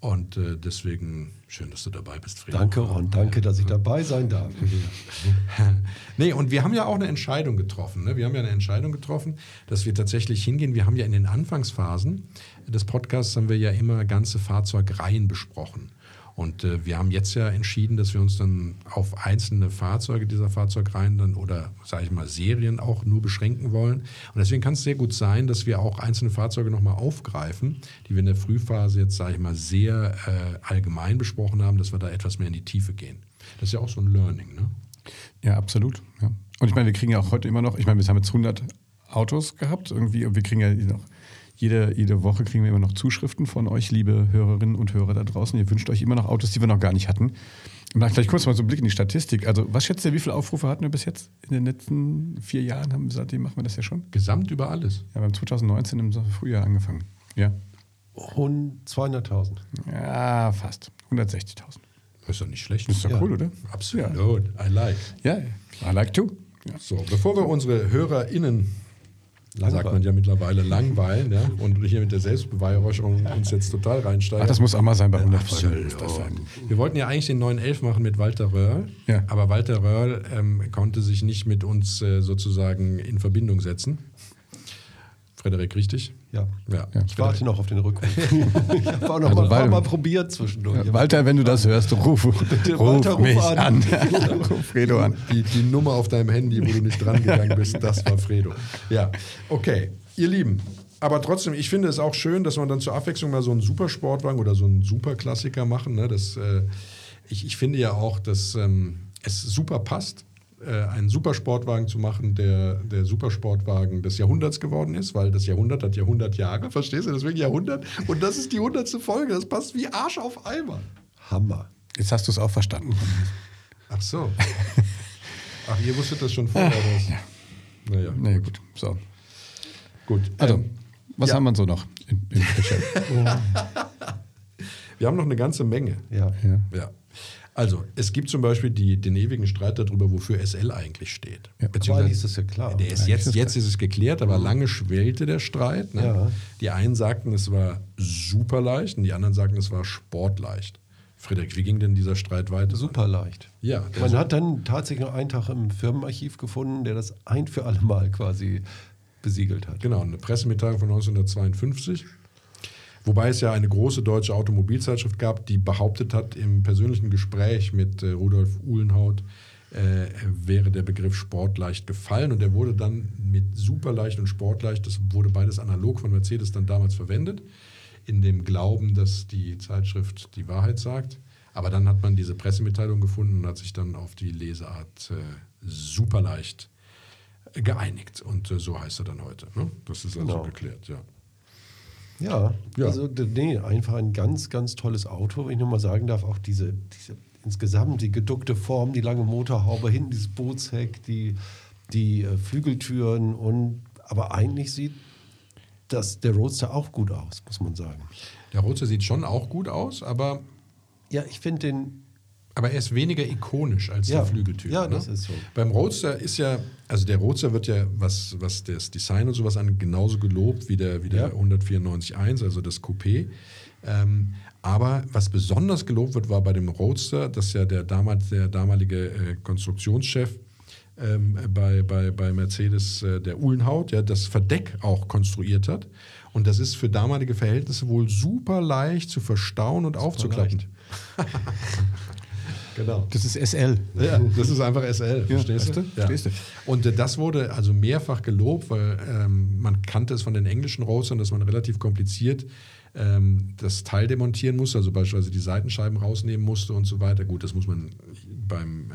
[SPEAKER 2] Und äh, deswegen schön, dass du dabei bist, Fredo.
[SPEAKER 3] Danke, Ron. Danke, dass ich dabei sein darf.
[SPEAKER 2] Nee, und wir haben ja auch eine Entscheidung getroffen. Ne? Wir haben ja eine Entscheidung getroffen, dass wir tatsächlich hingehen. Wir haben ja in den Anfangsphasen des Podcasts haben wir ja immer ganze Fahrzeugreihen besprochen. Und äh, wir haben jetzt ja entschieden, dass wir uns dann auf einzelne Fahrzeuge dieser Fahrzeugreihen dann oder, sage ich mal, Serien auch nur beschränken wollen. Und deswegen kann es sehr gut sein, dass wir auch einzelne Fahrzeuge nochmal aufgreifen, die wir in der Frühphase jetzt, sage ich mal, sehr äh, allgemein besprochen haben, dass wir da etwas mehr in die Tiefe gehen. Das ist ja auch so ein Learning, ne?
[SPEAKER 4] Ja, absolut. Ja. Und ich meine, wir kriegen ja auch heute immer noch, ich meine, wir haben jetzt 100 Autos gehabt irgendwie und wir kriegen ja noch, jede, jede Woche kriegen wir immer noch Zuschriften von euch, liebe Hörerinnen und Hörer da draußen. Ihr wünscht euch immer noch Autos, die wir noch gar nicht hatten. Und dann vielleicht kurz mal so einen Blick in die Statistik. Also was schätzt ihr, wie viele Aufrufe hatten wir bis jetzt in den letzten vier Jahren? Haben, wir- seitdem machen wir das ja schon.
[SPEAKER 2] Gesamt über alles.
[SPEAKER 4] Ja, wir haben 2019 im Frühjahr angefangen. Ja.
[SPEAKER 3] Und 200.000.
[SPEAKER 4] Ja, fast. 160.000.
[SPEAKER 2] Ist doch nicht schlecht.
[SPEAKER 4] Ist doch
[SPEAKER 3] Ja.
[SPEAKER 4] cool, oder?
[SPEAKER 2] Absolut. I like.
[SPEAKER 4] Ja, I like to. Ja.
[SPEAKER 2] So, bevor wir unsere HörerInnen, sagt man ja mittlerweile, langweilen ja, und hier mit der Selbstbeweihräucherung uns jetzt total reinsteigen.
[SPEAKER 4] Ach, das muss auch mal sein bei 100 Folgen.
[SPEAKER 2] Absolut.
[SPEAKER 4] muss das sein.
[SPEAKER 2] Wir wollten ja eigentlich den neuen Elf machen mit Walter Röhrl,
[SPEAKER 4] Ja.
[SPEAKER 2] aber Walter Röhrl ähm, konnte sich nicht mit uns äh, sozusagen in Verbindung setzen. Frederik, richtig?
[SPEAKER 3] Ja.
[SPEAKER 2] Ja.
[SPEAKER 3] Ich warte noch auf den Rückruf. ich habe auch noch
[SPEAKER 4] Also
[SPEAKER 3] mal,
[SPEAKER 4] beide-
[SPEAKER 3] auch mal probiert zwischendurch.
[SPEAKER 4] Ja, Walter, wenn du das hörst, ruf, ruf
[SPEAKER 3] Walter, ruf
[SPEAKER 4] mich
[SPEAKER 3] an.
[SPEAKER 4] an. ruf Fredo an.
[SPEAKER 2] Die, die Nummer auf deinem Handy, wo du nicht dran gegangen bist, das war Fredo. Ja, okay, ihr Lieben. Aber trotzdem, ich finde es auch schön, dass man dann zur Abwechslung mal so einen Supersportwagen oder so einen Superklassiker machen. Ne? Das, äh, ich, ich finde ja auch, dass ähm, es super passt, äh, einen Supersportwagen zu machen, der der Supersportwagen des Jahrhunderts geworden ist, weil das Jahrhundert hat ja 100 Jahre, verstehst du? Deswegen Jahrhundert. Und das ist die 100. Folge. Das passt wie Arsch auf Eimer.
[SPEAKER 3] Hammer.
[SPEAKER 4] Jetzt hast du es auch verstanden.
[SPEAKER 2] Ach so. Ach, ihr wusstet das schon vorher. Oder? Ja. Naja,
[SPEAKER 4] Na ja, gut. So.
[SPEAKER 2] gut.
[SPEAKER 4] Also,
[SPEAKER 2] Ähm,
[SPEAKER 4] was
[SPEAKER 2] ja.
[SPEAKER 4] haben wir so noch? In, in
[SPEAKER 2] wir haben noch eine ganze Menge.
[SPEAKER 3] Ja.
[SPEAKER 4] ja.
[SPEAKER 2] Ja. Also, es gibt zum Beispiel die, den ewigen Streit darüber, wofür SL eigentlich steht.
[SPEAKER 4] Ja.
[SPEAKER 2] Beziehungsweise-
[SPEAKER 3] Weil ist das ja klar.
[SPEAKER 2] Der ist jetzt, jetzt ist es geklärt, aber lange schwelte der Streit. Ne?
[SPEAKER 3] Ja.
[SPEAKER 2] Die einen sagten, es war super leicht und die anderen sagten, es war sportleicht. Frederik, wie ging denn dieser Streit weiter?
[SPEAKER 3] Super leicht.
[SPEAKER 2] Ja, der
[SPEAKER 3] Man
[SPEAKER 2] so-
[SPEAKER 3] hat dann tatsächlich noch einen Tag im Firmenarchiv gefunden, der das ein für alle Mal quasi besiegelt hat.
[SPEAKER 2] Genau, eine Pressemitteilung von 1952. Wobei es ja eine große deutsche Automobilzeitschrift gab, die behauptet hat, im persönlichen Gespräch mit äh, Rudolf Uhlenhaut, äh, wäre der Begriff sportleicht gefallen und der wurde dann mit superleicht und sportleicht, das wurde beides analog von Mercedes dann damals verwendet, in dem Glauben, dass die Zeitschrift die Wahrheit sagt. Aber dann hat man diese Pressemitteilung gefunden und hat sich dann auf die Leseart äh, superleicht geeinigt. Und äh, so heißt er dann heute. Ne? Das ist also
[SPEAKER 3] Genau.
[SPEAKER 2] geklärt, ja.
[SPEAKER 3] Ja,
[SPEAKER 2] Ja.
[SPEAKER 3] also d- nee, einfach ein ganz, ganz tolles Auto, wenn ich nur mal sagen darf, auch diese, diese insgesamt die geduckte Form, die lange Motorhaube hinten, dieses Bootsheck, die, die äh, Flügeltüren und aber eigentlich sieht das, der Roadster auch gut aus, muss man sagen.
[SPEAKER 2] Der Roadster sieht schon auch gut aus, aber,
[SPEAKER 3] Ja, ich finde den,
[SPEAKER 2] aber er ist weniger ikonisch als
[SPEAKER 3] Ja.
[SPEAKER 2] die Flügeltür.
[SPEAKER 3] Ja,
[SPEAKER 2] ne?
[SPEAKER 3] das ist so.
[SPEAKER 2] Beim Roadster ist ja, also der Roadster wird ja, was, was das Design und sowas an, genauso gelobt wie der, wie der
[SPEAKER 3] Ja.
[SPEAKER 2] 194.1, also das Coupé. Ähm, aber was besonders gelobt wird, war bei dem Roadster, dass ja der, damals, der damalige äh, Konstruktionschef ähm, bei, bei, bei Mercedes, äh, der Uhlenhaut, ja, das Verdeck auch konstruiert hat. Und das ist für damalige Verhältnisse wohl super leicht zu verstauen und aufzuklappen. genau.
[SPEAKER 4] Das ist SL.
[SPEAKER 2] Ja, das ist einfach SL,
[SPEAKER 4] Ja,
[SPEAKER 2] verstehst du?
[SPEAKER 4] weißt du? Verstehst du.
[SPEAKER 2] Und äh, das wurde also mehrfach gelobt, weil ähm, man kannte es von den englischen Roastern, dass man relativ kompliziert ähm, das Teil demontieren musste, also beispielsweise die Seitenscheiben rausnehmen musste und so weiter. Gut, das muss man beim, äh,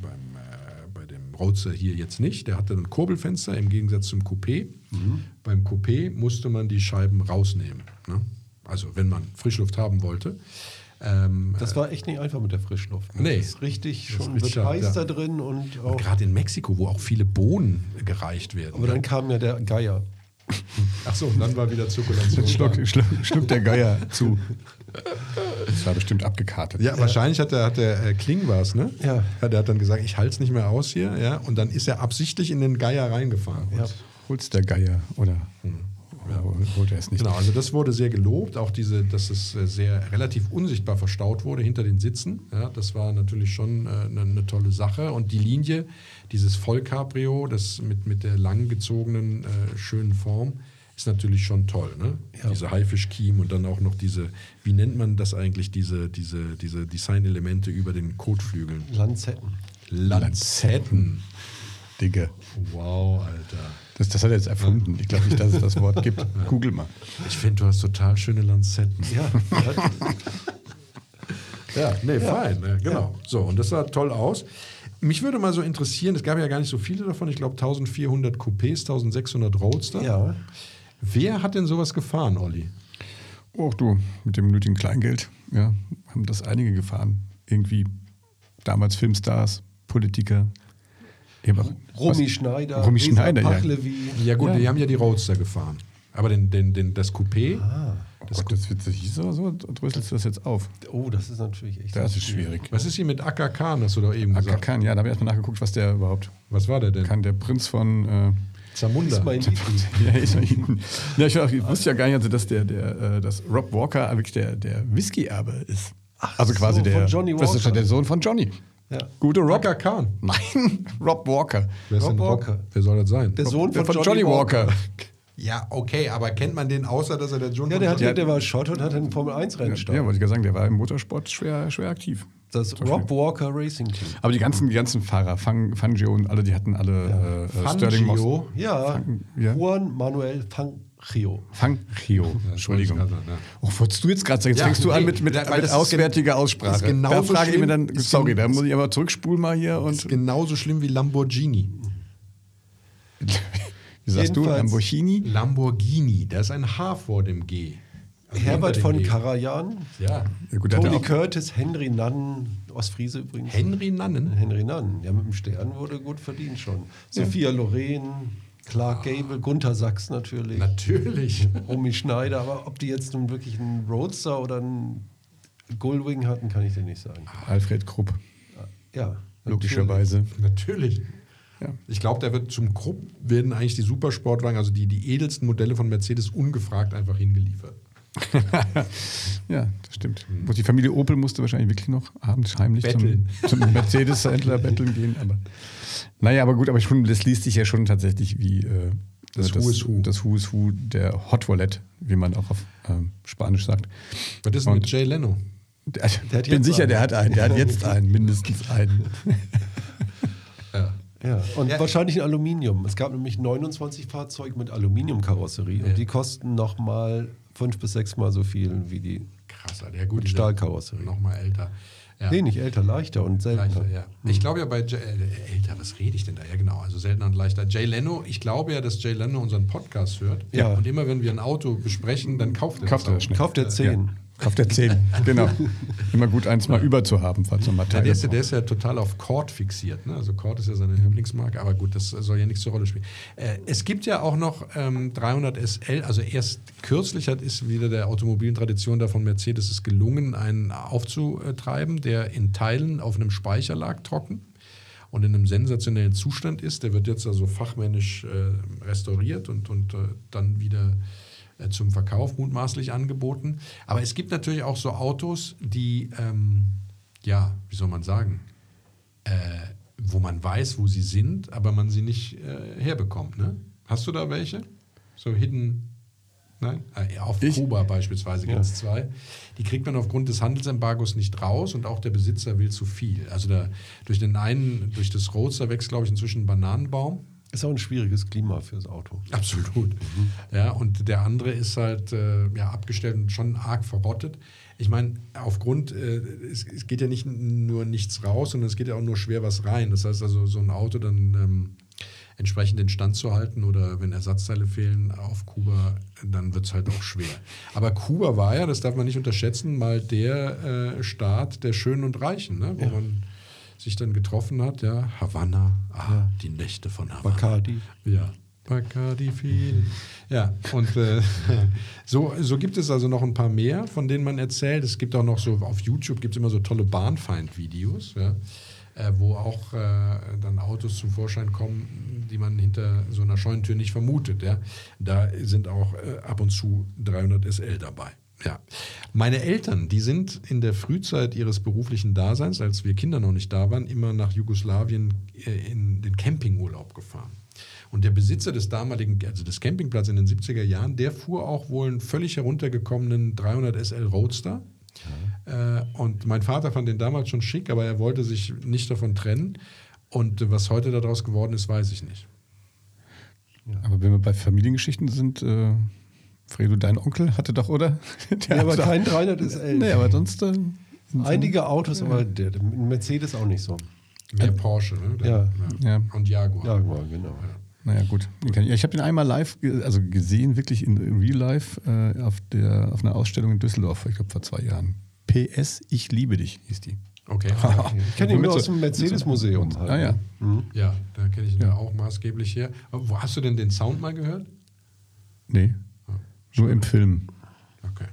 [SPEAKER 2] beim äh, bei dem Roadster hier jetzt nicht. Der hatte ein Kurbelfenster im Gegensatz zum Coupé.
[SPEAKER 4] Mhm.
[SPEAKER 2] Beim Coupé musste man die Scheiben rausnehmen. Ne? Also wenn man Frischluft haben wollte. Ähm,
[SPEAKER 3] das war echt nicht einfach mit der Frischluft.
[SPEAKER 2] Nee.
[SPEAKER 3] Das ist richtig,
[SPEAKER 2] Das
[SPEAKER 3] schon
[SPEAKER 2] ist richtig
[SPEAKER 3] wird
[SPEAKER 2] hart,
[SPEAKER 3] heiß
[SPEAKER 2] ja.
[SPEAKER 3] da drin und
[SPEAKER 2] Und
[SPEAKER 3] auch,
[SPEAKER 2] gerade in Mexiko, wo auch viele Bohnen gereicht werden.
[SPEAKER 3] Oh. aber dann kam ja der Geier.
[SPEAKER 2] Ach so, und dann war wieder Zirkulation.
[SPEAKER 4] Schluck, schluck, schluck der Geier zu. Das war bestimmt abgekartet.
[SPEAKER 2] Ja, wahrscheinlich hat der, hat der äh, Kling war's, ne?
[SPEAKER 3] Ja.
[SPEAKER 2] Der hat dann gesagt, ich halte es nicht mehr aus hier, ja. Und dann ist er absichtlich in den Geier reingefahren.
[SPEAKER 3] Ja.
[SPEAKER 4] Holt's der Geier oder, oder holt er es nicht?
[SPEAKER 2] Genau, also das wurde sehr gelobt, auch diese, dass es äh, sehr relativ unsichtbar verstaut wurde hinter den Sitzen. Ja, das war natürlich schon äh, eine, eine tolle Sache. Und die Linie, dieses Vollcabrio, das mit, mit der langgezogenen, äh, schönen Form, ist natürlich schon toll. Ne? Diese Haifischkiem und dann auch noch diese, wie nennt man das eigentlich, diese, diese, diese Designelemente über den Kotflügeln?
[SPEAKER 3] Lanzetten.
[SPEAKER 2] Lanzetten.
[SPEAKER 4] Digga.
[SPEAKER 2] Wow, Alter.
[SPEAKER 4] Das, das hat er jetzt erfunden. Ich glaube nicht, dass es das Wort gibt. Google mal.
[SPEAKER 2] Ich finde, du hast total schöne Lanzetten.
[SPEAKER 3] Ja,
[SPEAKER 2] Ja, nee, fein, ne? genau. So, und das sah toll aus. Mich würde mal so interessieren, es gab ja gar nicht so viele davon, ich glaube 1400 Coupés, 1600 Roadster.
[SPEAKER 3] ja.
[SPEAKER 2] Wer hat denn sowas gefahren, Olli?
[SPEAKER 4] Och du, mit dem nötigen Kleingeld, ja, haben das einige gefahren. Irgendwie damals Filmstars, Politiker. Eben auch-
[SPEAKER 3] Romy
[SPEAKER 4] was-
[SPEAKER 3] Schneider,
[SPEAKER 4] Romy
[SPEAKER 3] Resa
[SPEAKER 4] Schneider, ja.
[SPEAKER 3] Pahlavi.
[SPEAKER 2] Ja gut,
[SPEAKER 4] Ja.
[SPEAKER 2] die haben ja die Roadster gefahren. Aber den, den, den, das Coupé,
[SPEAKER 4] Oh Gott, das wird sich so, so dröselst du das jetzt auf.
[SPEAKER 3] Oh, das ist natürlich echt.
[SPEAKER 4] Das ist schwierig.
[SPEAKER 2] was ist hier mit Akakan, hast du doch eben gesagt.
[SPEAKER 4] Akakan, ja, da habe ich erstmal nachgeguckt, was der überhaupt
[SPEAKER 2] Was war der denn?
[SPEAKER 4] kann. Der Prinz von äh,
[SPEAKER 2] Zamunda.
[SPEAKER 3] Das ist mein Lied.
[SPEAKER 4] ja, ist mal hinten. ja, ich, war- ich wusste ja gar nicht, also, dass der, der, äh, dass Rob Walker wirklich der, der Whisky-Erbe ist. also
[SPEAKER 3] so,
[SPEAKER 4] quasi der,
[SPEAKER 3] von Johnny
[SPEAKER 4] das ist
[SPEAKER 3] Walker.
[SPEAKER 4] der Sohn von Johnny.
[SPEAKER 3] Ja.
[SPEAKER 4] Gute Rob.
[SPEAKER 2] Akakan.
[SPEAKER 4] Nein, Rob Walker.
[SPEAKER 2] Wer,
[SPEAKER 3] Rob
[SPEAKER 2] denn
[SPEAKER 3] Walker.
[SPEAKER 2] wer soll das sein?
[SPEAKER 3] Der Sohn
[SPEAKER 4] Der
[SPEAKER 3] von, Johnny, Walker.
[SPEAKER 2] ja, okay, aber kennt man den außer, dass er der John
[SPEAKER 3] Ja, der, hat,
[SPEAKER 2] ja,
[SPEAKER 3] ja, der war Schott und hat einen Formel-1-Rennen
[SPEAKER 4] Ja, ja, wollte ich gerade sagen, der war im Motorsport schwer, schwer aktiv.
[SPEAKER 3] Das Rob Walker Racing Team.
[SPEAKER 4] Aber die ganzen, die ganzen Fahrer, Fang, Fangio und alle, die hatten alle äh, äh, Sterling Moss.
[SPEAKER 2] Fangio.
[SPEAKER 3] Ja,
[SPEAKER 4] Fang- ja.
[SPEAKER 3] Juan Manuel Fangio.
[SPEAKER 4] Fangio, Entschuldigung.
[SPEAKER 2] wollte ich gerade sagen,
[SPEAKER 4] Oh, wolltest du jetzt gerade sagen, jetzt
[SPEAKER 2] Ja,
[SPEAKER 4] fängst du
[SPEAKER 2] nee,
[SPEAKER 4] an mit, mit,
[SPEAKER 2] weil das
[SPEAKER 4] mit
[SPEAKER 2] ist
[SPEAKER 4] auswärtiger
[SPEAKER 2] gen- ist
[SPEAKER 4] Aussprache.
[SPEAKER 2] genauso
[SPEAKER 4] da frage ich
[SPEAKER 2] schlimm,
[SPEAKER 4] mir dann,
[SPEAKER 2] ist
[SPEAKER 4] sorry,
[SPEAKER 2] gen-
[SPEAKER 4] da muss
[SPEAKER 2] ist-
[SPEAKER 4] ich aber zurückspulen mal hier
[SPEAKER 2] Ist
[SPEAKER 4] und.
[SPEAKER 2] genauso schlimm wie Lamborghini.
[SPEAKER 4] Wie sagst du,
[SPEAKER 3] Jedenfalls-
[SPEAKER 4] Lamborghini?
[SPEAKER 2] Lamborghini, da ist ein H vor dem G. Also hinter
[SPEAKER 3] Herbert
[SPEAKER 2] dem
[SPEAKER 3] von
[SPEAKER 2] G.
[SPEAKER 3] Karajan.
[SPEAKER 2] Ja.
[SPEAKER 4] Ja, gut, der
[SPEAKER 3] Tony
[SPEAKER 4] hat ja auch,
[SPEAKER 3] Curtis, Henry Nann, Ostfriese übrigens.
[SPEAKER 2] Henry Nannen.
[SPEAKER 3] Henry Nann, ja, mit dem Stern wurde gut verdient schon. Sophia Loren, Clark Gable, Gunther Sachs natürlich,
[SPEAKER 2] Natürlich.
[SPEAKER 3] Romy Schneider. Aber ob die jetzt nun wirklich einen Roadster oder einen Gullwing hatten, kann ich dir nicht sagen.
[SPEAKER 4] Alfred Krupp,
[SPEAKER 3] Ja,
[SPEAKER 4] logischerweise.
[SPEAKER 2] Natürlich.
[SPEAKER 4] Ja.
[SPEAKER 2] Ich glaube, da wird zum Krupp werden eigentlich die Supersportwagen, also die, die edelsten Modelle von Mercedes, ungefragt einfach hingeliefert.
[SPEAKER 4] ja, das stimmt. Die Familie Opel musste wahrscheinlich wirklich noch abends heimlich
[SPEAKER 2] Mhm. Betteln.
[SPEAKER 4] zum, zum Mercedes-Händler betteln gehen. Aber, naja, aber gut, aber schon, das liest sich ja schon tatsächlich wie äh,
[SPEAKER 2] Das Who is Who.
[SPEAKER 4] das Who is Who der Hot Wallet, wie man auch auf ähm, Spanisch sagt.
[SPEAKER 2] Was ist denn mit
[SPEAKER 4] Und-
[SPEAKER 2] Jay Leno?
[SPEAKER 4] Der,
[SPEAKER 3] Der hat
[SPEAKER 4] bin
[SPEAKER 3] jetzt
[SPEAKER 4] sicher,
[SPEAKER 3] einen.
[SPEAKER 4] der hat einen. Der hat jetzt einen, mindestens einen.
[SPEAKER 3] Ja, und
[SPEAKER 2] Ja.
[SPEAKER 3] wahrscheinlich in Aluminium. Es gab nämlich 29 Fahrzeuge mit Aluminiumkarosserie
[SPEAKER 2] Ja.
[SPEAKER 3] und die kosten nochmal fünf bis sechsmal so viel wie die.
[SPEAKER 2] Krass, Alter. Ja, gut.
[SPEAKER 3] Mit Stahlkarosserie.
[SPEAKER 2] Nochmal älter. Ja.
[SPEAKER 3] Nee, nicht älter, leichter und seltener.
[SPEAKER 4] Mhm.
[SPEAKER 2] Leichter, ja. Ich glaube ja bei Jay, äh, älter, was rede ich denn da? Ja, genau, also seltener und leichter. Jay Leno, ich glaube ja, dass Jay Leno unseren Podcast hört.
[SPEAKER 3] Ja.
[SPEAKER 2] Und immer wenn wir ein Auto besprechen, dann kauft er
[SPEAKER 4] Kauft er
[SPEAKER 2] Auto.
[SPEAKER 4] das schnell.
[SPEAKER 3] Kauft der 10.
[SPEAKER 4] Kraft der 10, genau. Immer gut, eins mal über zu haben, falls man mal
[SPEAKER 2] Ja,
[SPEAKER 4] Teile
[SPEAKER 2] der, ist, ja-
[SPEAKER 4] braucht.
[SPEAKER 2] der ist ja total auf Cord fixiert. Ne? Also Cord ist ja seine Lieblingsmarke, aber gut, das soll ja nichts zur Rolle spielen. Äh, es gibt ja auch noch ähm, 300 SL, also erst kürzlich hat ist wieder der automobilen Tradition davon Mercedes es gelungen, einen aufzutreiben, der in Teilen auf einem Speicher lag, trocken. Und in einem sensationellen Zustand ist. Der wird jetzt also fachmännisch äh, restauriert und, und äh, dann wieder äh, zum Verkauf mutmaßlich angeboten. Aber es gibt natürlich auch so Autos, die, ähm, ja, wie soll man sagen, äh, wo man weiß, wo sie sind, aber man sie nicht äh, herbekommt. Ne? Hast du da welche? So hidden. Nein? Äh, auf
[SPEAKER 4] Ich-
[SPEAKER 2] Kuba beispielsweise gibt es zwei. Die kriegt man aufgrund des Handelsembargos nicht raus und auch der Besitzer will zu viel. Also da, durch den einen, durch das Roadster wächst, glaube ich, inzwischen ein Bananenbaum.
[SPEAKER 3] Ist auch ein schwieriges Klima fürs Auto.
[SPEAKER 2] Absolut. Ja, und der andere ist halt äh, ja, abgestellt und schon arg verrottet. Ich meine, aufgrund, äh, es, es geht ja nicht n- nur nichts raus, sondern es geht ja auch nur schwer was rein. Das heißt also, so ein Auto dann ähm, entsprechend in Stand zu halten oder wenn Ersatzteile fehlen auf Kuba, dann wird es halt auch schwer. Aber Kuba war ja, das darf man nicht unterschätzen, mal der äh, Staat der Schönen und Reichen, ne? wo man sich dann getroffen hat, ja, Havanna, ah, die Nächte von Havanna.
[SPEAKER 3] Bacardi.
[SPEAKER 2] Ja. Bacardi viel. Ja, und äh, so, so gibt es also noch ein paar mehr, von denen man erzählt. Es gibt auch noch so, auf YouTube gibt es immer so tolle Bahnfeind-Videos, ja, äh, wo auch äh, dann Autos zum Vorschein kommen, die man hinter so einer Scheunentür nicht vermutet. Ja. Da sind auch äh, ab und zu 300 SL dabei. Ja. Meine Eltern, die sind in der Frühzeit ihres beruflichen Daseins, als wir Kinder noch nicht da waren, immer nach Jugoslawien äh, in den Campingurlaub gefahren. Und der Besitzer des damaligen, also des Campingplatzes in den 70er Jahren, der fuhr auch wohl einen völlig heruntergekommenen 300 SL Roadster. Äh, und mein Vater fand den damals schon schick, aber er wollte sich nicht davon trennen. Und äh, was heute daraus geworden ist, weiß ich nicht.
[SPEAKER 4] Aber wenn wir bei Familiengeschichten sind, äh, Fredo, dein Onkel hatte doch, oder? Der
[SPEAKER 3] Ja, aber
[SPEAKER 4] hatte
[SPEAKER 3] kein
[SPEAKER 4] doch-
[SPEAKER 3] 300 ist elf.
[SPEAKER 4] Nee, aber sonst. Äh,
[SPEAKER 3] Einige Autos, aber der, der Mercedes auch nicht so.
[SPEAKER 2] Mehr Porsche, ne?
[SPEAKER 3] ja.
[SPEAKER 4] Äh, Ja.
[SPEAKER 2] Und Jaguar.
[SPEAKER 3] Ja, genau.
[SPEAKER 4] Naja, gut. Den kann ich- Ja, ich habe ihn einmal live, ge- also gesehen, wirklich in Real Life, äh, auf, der, auf einer Ausstellung in Düsseldorf, ich glaube vor zwei Jahren. PS, ich liebe dich, hieß die.
[SPEAKER 2] Okay.
[SPEAKER 3] Ich kenne ihn
[SPEAKER 4] Womit
[SPEAKER 3] nur
[SPEAKER 4] so-
[SPEAKER 3] aus dem Mercedes-Museum.
[SPEAKER 4] Ah ja.
[SPEAKER 2] Ja, da kenne ich ihn ja auch maßgeblich her. Aber Wo hast du denn den Sound mal gehört?
[SPEAKER 4] Nee. Nur im Film.
[SPEAKER 2] Okay.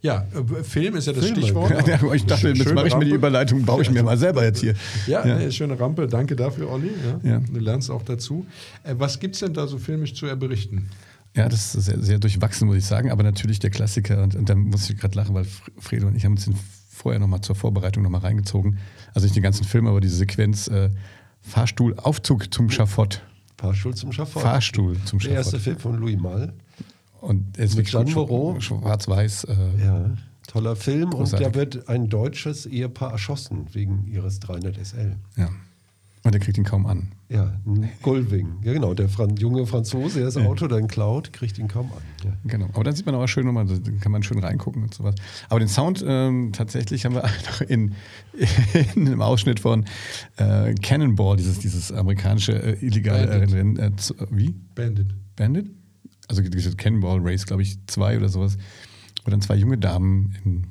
[SPEAKER 2] Ja, äh, Film ist ja das
[SPEAKER 3] Filme,
[SPEAKER 2] Stichwort.
[SPEAKER 4] Ja, aber ich dachte,
[SPEAKER 2] Schön-
[SPEAKER 4] jetzt
[SPEAKER 2] schöne
[SPEAKER 4] mache ich mir die
[SPEAKER 2] Rampe.
[SPEAKER 4] Überleitung, baue ich mir mal selber jetzt hier.
[SPEAKER 2] Ja, äh, schöne Rampe. Danke dafür, Olli. Ja,
[SPEAKER 4] Ja.
[SPEAKER 2] Du lernst auch dazu. Äh, was gibt es denn da so filmisch zu berichten?
[SPEAKER 4] Ja, das ist sehr, sehr durchwachsen, muss ich sagen. Aber natürlich der Klassiker, und, und da muss ich gerade lachen, weil Fr- Fredo und ich haben uns den vorher nochmal zur Vorbereitung nochmal reingezogen. Also nicht den ganzen Film, aber diese Sequenz äh, Fahrstuhl, Aufzug zum Schafott.
[SPEAKER 3] Fahrstuhl zum Schafott.
[SPEAKER 4] Fahrstuhl zum
[SPEAKER 3] Der erste
[SPEAKER 4] Schafott.
[SPEAKER 3] Film von Louis Malle.
[SPEAKER 4] Und es ist wirklich
[SPEAKER 3] Mit Jean
[SPEAKER 4] schwa-
[SPEAKER 3] Moreau.
[SPEAKER 4] schwarz-weiß. Äh,
[SPEAKER 3] Ja, toller Film.
[SPEAKER 4] Großartig.
[SPEAKER 3] Und da wird ein deutsches Ehepaar erschossen wegen ihres 300 SL.
[SPEAKER 4] ja. Und er kriegt ihn kaum an.
[SPEAKER 3] Ja, ein Gullwing. Ja, genau. Der Fran junge Franzose, der das Auto dann klaut, kriegt ihn kaum an. Ja.
[SPEAKER 4] Genau. Aber dann sieht man auch schön nochmal, da kann man schön reingucken und sowas. Aber den Sound ähm, tatsächlich haben wir noch in, in einem Ausschnitt von äh, Cannonball, dieses, dieses amerikanische äh, illegale
[SPEAKER 2] Bandit.
[SPEAKER 4] äh, Rennen. Äh, zu- wie?
[SPEAKER 2] Bandit.
[SPEAKER 4] Bandit? Also gibt es Cannonball Race, glaube ich, zwei oder sowas. Wo dann zwei junge Damen in,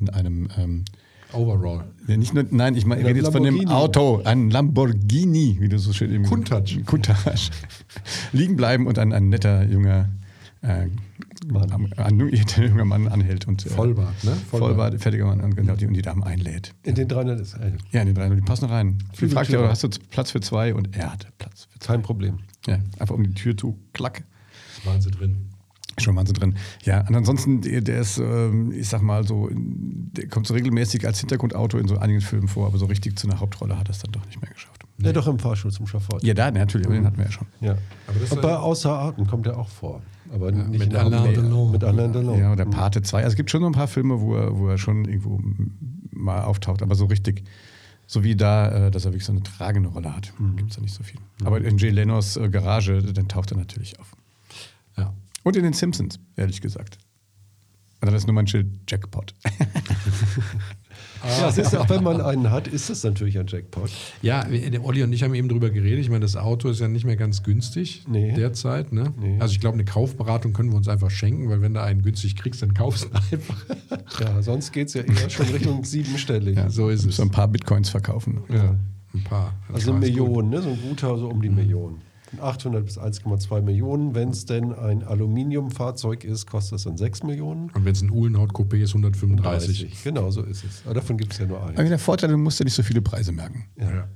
[SPEAKER 4] in einem ähm,
[SPEAKER 2] Overall.
[SPEAKER 4] ja, nicht nur, nein, ich meine, ich
[SPEAKER 3] Oder
[SPEAKER 4] rede jetzt von dem
[SPEAKER 3] Lamborghini.
[SPEAKER 4] Auto, ein Lamborghini, wie du so schön eben
[SPEAKER 2] Countach.
[SPEAKER 4] Countach. Liegen bleiben und ein, ein netter junger, äh, am- ein junger Mann anhält und äh,
[SPEAKER 2] Vollbart, ne?
[SPEAKER 4] Vollbart. fertiger Mann und, genau, die, und die Damen einlädt.
[SPEAKER 3] In den 300 SL.
[SPEAKER 4] Ja, die drei, die passen rein.
[SPEAKER 3] Flügeltür.
[SPEAKER 4] Flügel fragt ja, hast du Platz für zwei? Und er hatte Platz für zwei.
[SPEAKER 3] Kein Problem.
[SPEAKER 4] Ja, einfach um die Tür zu, klack.
[SPEAKER 2] Waren sie drin.
[SPEAKER 4] Schon Wahnsinn drin. Ja, und ansonsten, der, der ist, ähm, ich sag mal so, der kommt so regelmäßig als Hintergrundauto in so einigen Filmen vor, aber so richtig zu einer Hauptrolle hat er es dann doch nicht mehr geschafft.
[SPEAKER 3] Ja, doch im Fahrstuhl zum Schafott.
[SPEAKER 4] Ja, da natürlich, aber den hatten wir ja schon.
[SPEAKER 3] Ja.
[SPEAKER 2] Aber das
[SPEAKER 3] Und bei
[SPEAKER 2] war-
[SPEAKER 3] Außer Atem kommt er auch vor. Aber nicht
[SPEAKER 2] mit
[SPEAKER 3] in der
[SPEAKER 2] Alain
[SPEAKER 3] Hauptrolle.
[SPEAKER 2] Delon.
[SPEAKER 3] Mit Alain
[SPEAKER 2] Genau.
[SPEAKER 3] Delon.
[SPEAKER 4] Ja, oder Pate 2. Also es gibt schon so ein paar Filme, wo er, wo er schon irgendwo mal auftaucht, aber so richtig So wie da, äh, dass er wirklich so eine tragende Rolle hat.
[SPEAKER 2] Mhm.
[SPEAKER 4] Gibt es da nicht so viel. Aber in Jay Lenos äh, Garage, dann taucht er natürlich auf.
[SPEAKER 2] Ja.
[SPEAKER 4] Und in den Simpsons, ehrlich gesagt. Und dann ist nur mein Schild Jackpot.
[SPEAKER 3] Ja, es ist, auch wenn man einen hat, ist das natürlich ein Jackpot.
[SPEAKER 2] Ja, wir- der Olli und ich haben eben drüber geredet. Ich meine, das Auto ist ja nicht mehr ganz günstig
[SPEAKER 3] Nee.
[SPEAKER 2] derzeit. Ne? Also ich glaube, eine Kaufberatung können wir uns einfach schenken, weil wenn du einen günstig kriegst, dann kaufst du einfach.
[SPEAKER 3] Ja, sonst geht es ja eher schon Richtung siebenstellig.
[SPEAKER 2] so ist es.
[SPEAKER 4] So ein paar Bitcoins verkaufen.
[SPEAKER 2] Ja, ein paar.
[SPEAKER 3] Also
[SPEAKER 2] Ja, ist gut. Mhm.
[SPEAKER 3] Millionen, ne? so ein guter, so um die Millionen. 800 bis 1,2 Millionen. Wenn es denn ein Aluminiumfahrzeug ist, kostet es dann 6 Millionen.
[SPEAKER 2] Und wenn es ein Uhlenhaut-Coupé ist, 135.
[SPEAKER 3] Genau, so ist es. Aber davon gibt es ja nur einen.
[SPEAKER 4] Aber der Vorteil, du musst ja nicht so viele Preise merken.
[SPEAKER 2] Ja.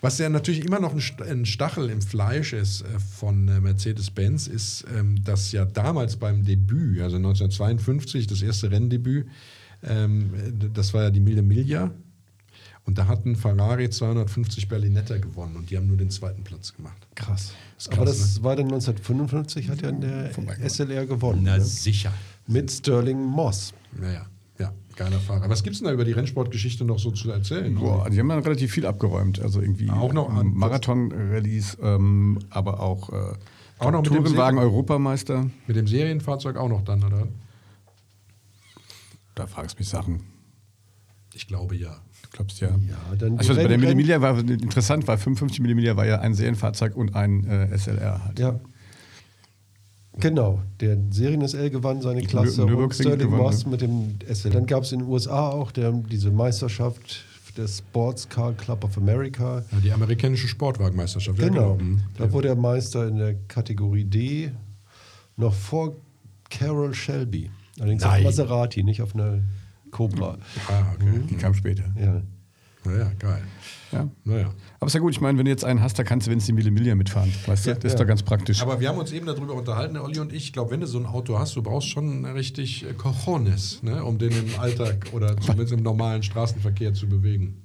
[SPEAKER 2] Was ja natürlich immer noch ein St- ein Stachel im Fleisch ist äh, von äh, Mercedes-Benz, ist, ähm, dass ja damals beim Debüt, also 1952, das erste Renndebüt, ähm, äh, das war ja die Mille Miglia. Und da hatten Ferrari 250 Berlinetta gewonnen und die haben nur den zweiten Platz gemacht.
[SPEAKER 3] Krass.
[SPEAKER 2] Ist krass, ne? Oh
[SPEAKER 3] Aber das war dann 1955, hat ja der SLR gewonnen. Ne?
[SPEAKER 2] sicher.
[SPEAKER 3] Mit Sterling Moss.
[SPEAKER 2] Naja, ja, geiler Fahrer. Was gibt's denn da über die Rennsportgeschichte noch so zu erzählen?
[SPEAKER 4] Boah, die haben dann relativ viel abgeräumt. Also irgendwie
[SPEAKER 2] Auch noch an-
[SPEAKER 4] Marathon-Release, ähm, aber auch, äh,
[SPEAKER 2] Auch noch mit dem
[SPEAKER 4] Tourenwagen
[SPEAKER 2] Segel.
[SPEAKER 4] Europameister.
[SPEAKER 2] Mit dem Serienfahrzeug auch noch dann, oder?
[SPEAKER 4] Da fragst du mich Sachen.
[SPEAKER 2] Ich glaube ja.
[SPEAKER 4] Du glaubst ja.
[SPEAKER 3] Ja, dann
[SPEAKER 4] also
[SPEAKER 3] die
[SPEAKER 4] bei der
[SPEAKER 3] Rennrennen-
[SPEAKER 4] Millimilia war interessant, weil 55 Millimilia war ja ein Serienfahrzeug und ein äh, SLR halt.
[SPEAKER 3] Ja. Genau, der Serien SL gewann seine
[SPEAKER 4] Nür-
[SPEAKER 3] Klasse und
[SPEAKER 4] Nürburgring
[SPEAKER 3] Sterling
[SPEAKER 4] gewann,
[SPEAKER 3] Moss
[SPEAKER 4] ne?
[SPEAKER 3] mit dem SL. Dann gab es in den USA auch der, diese Meisterschaft der Sports Car Club of America.
[SPEAKER 2] ja die amerikanische Sportwagenmeisterschaft. ja,
[SPEAKER 3] Genau,
[SPEAKER 2] Mhm.
[SPEAKER 3] da wurde er Meister in der Kategorie D, noch vor Carol Shelby. Allerdings auf
[SPEAKER 2] Nein.
[SPEAKER 3] Maserati, nicht auf einer Cobra.
[SPEAKER 2] Ah, okay.
[SPEAKER 4] Die kam später.
[SPEAKER 3] Ja.
[SPEAKER 2] Naja, geil.
[SPEAKER 4] Ja.
[SPEAKER 2] Naja.
[SPEAKER 4] Aber ist ja gut, ich meine, wenn du jetzt einen hast, da kannst du wenigstens die Millimilia mitfahren. Weißt du, das ist
[SPEAKER 3] ja.
[SPEAKER 4] doch ganz praktisch.
[SPEAKER 2] Aber wir haben uns eben darüber unterhalten, der Olli und ich. Ich glaube, wenn du so ein Auto hast, du brauchst schon richtig äh, Cojones, ne, um den im Alltag oder zumindest im normalen Straßenverkehr zu bewegen.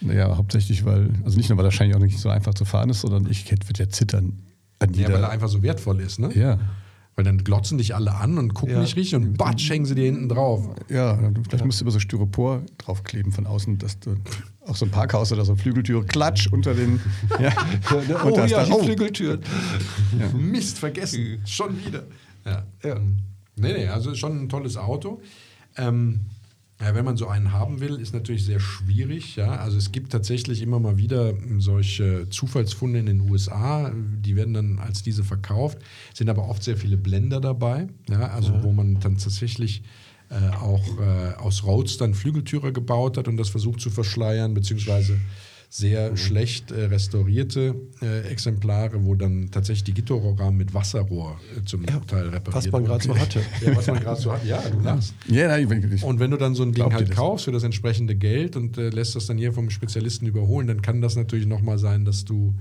[SPEAKER 4] Naja, hauptsächlich, weil, also nicht nur, weil er wahrscheinlich auch nicht so einfach zu fahren ist, sondern ich würde ja zittern an
[SPEAKER 2] Ja,
[SPEAKER 4] jeder.
[SPEAKER 2] weil er einfach so wertvoll ist, ne?
[SPEAKER 4] Ja.
[SPEAKER 2] Weil dann glotzen dich alle an und gucken
[SPEAKER 3] Ja.
[SPEAKER 2] nicht richtig und batsch hängen sie dir hinten drauf.
[SPEAKER 4] Ja, vielleicht musst du über so Styropor draufkleben von außen, dass du auch so ein Parkhaus oder so Flügeltüre klatsch unter den. Ja,
[SPEAKER 3] Oh,
[SPEAKER 4] und das
[SPEAKER 3] ja,
[SPEAKER 4] dann-
[SPEAKER 3] die
[SPEAKER 4] oh.
[SPEAKER 3] Flügeltüren.
[SPEAKER 2] Mist, vergessen. Schon wieder. Hm. Ja. Ähm, Nee, nee, also ist schon ein tolles Auto. Ähm, ja, wenn man so einen haben will, ist natürlich sehr schwierig. Ja? Also es gibt tatsächlich immer mal wieder solche Zufallsfunde in den USA. Die werden dann als diese verkauft, sind aber oft sehr viele Blender dabei. Ja? Also wo man dann tatsächlich äh, auch äh, aus Roadstern Flügeltüre gebaut hat und das versucht zu verschleiern, beziehungsweise
[SPEAKER 3] Mhm.
[SPEAKER 2] sehr schlecht äh, restaurierte äh, Exemplare, wo dann tatsächlich die Gitterrohrrahmen mit Wasserrohr äh, zum Teil repariert
[SPEAKER 3] was man gerade so
[SPEAKER 2] wurden.
[SPEAKER 3] hatte.
[SPEAKER 2] Ja, was man gerade so hat. Ja, du lachst.
[SPEAKER 4] Ja, nein, ich, ich,
[SPEAKER 2] Und wenn du dann so ein Ding
[SPEAKER 4] Glaubt ihr
[SPEAKER 2] halt
[SPEAKER 4] das?
[SPEAKER 2] kaufst für das entsprechende Geld und äh, lässt das dann hier vom Spezialisten überholen, dann kann das natürlich nochmal sein, dass du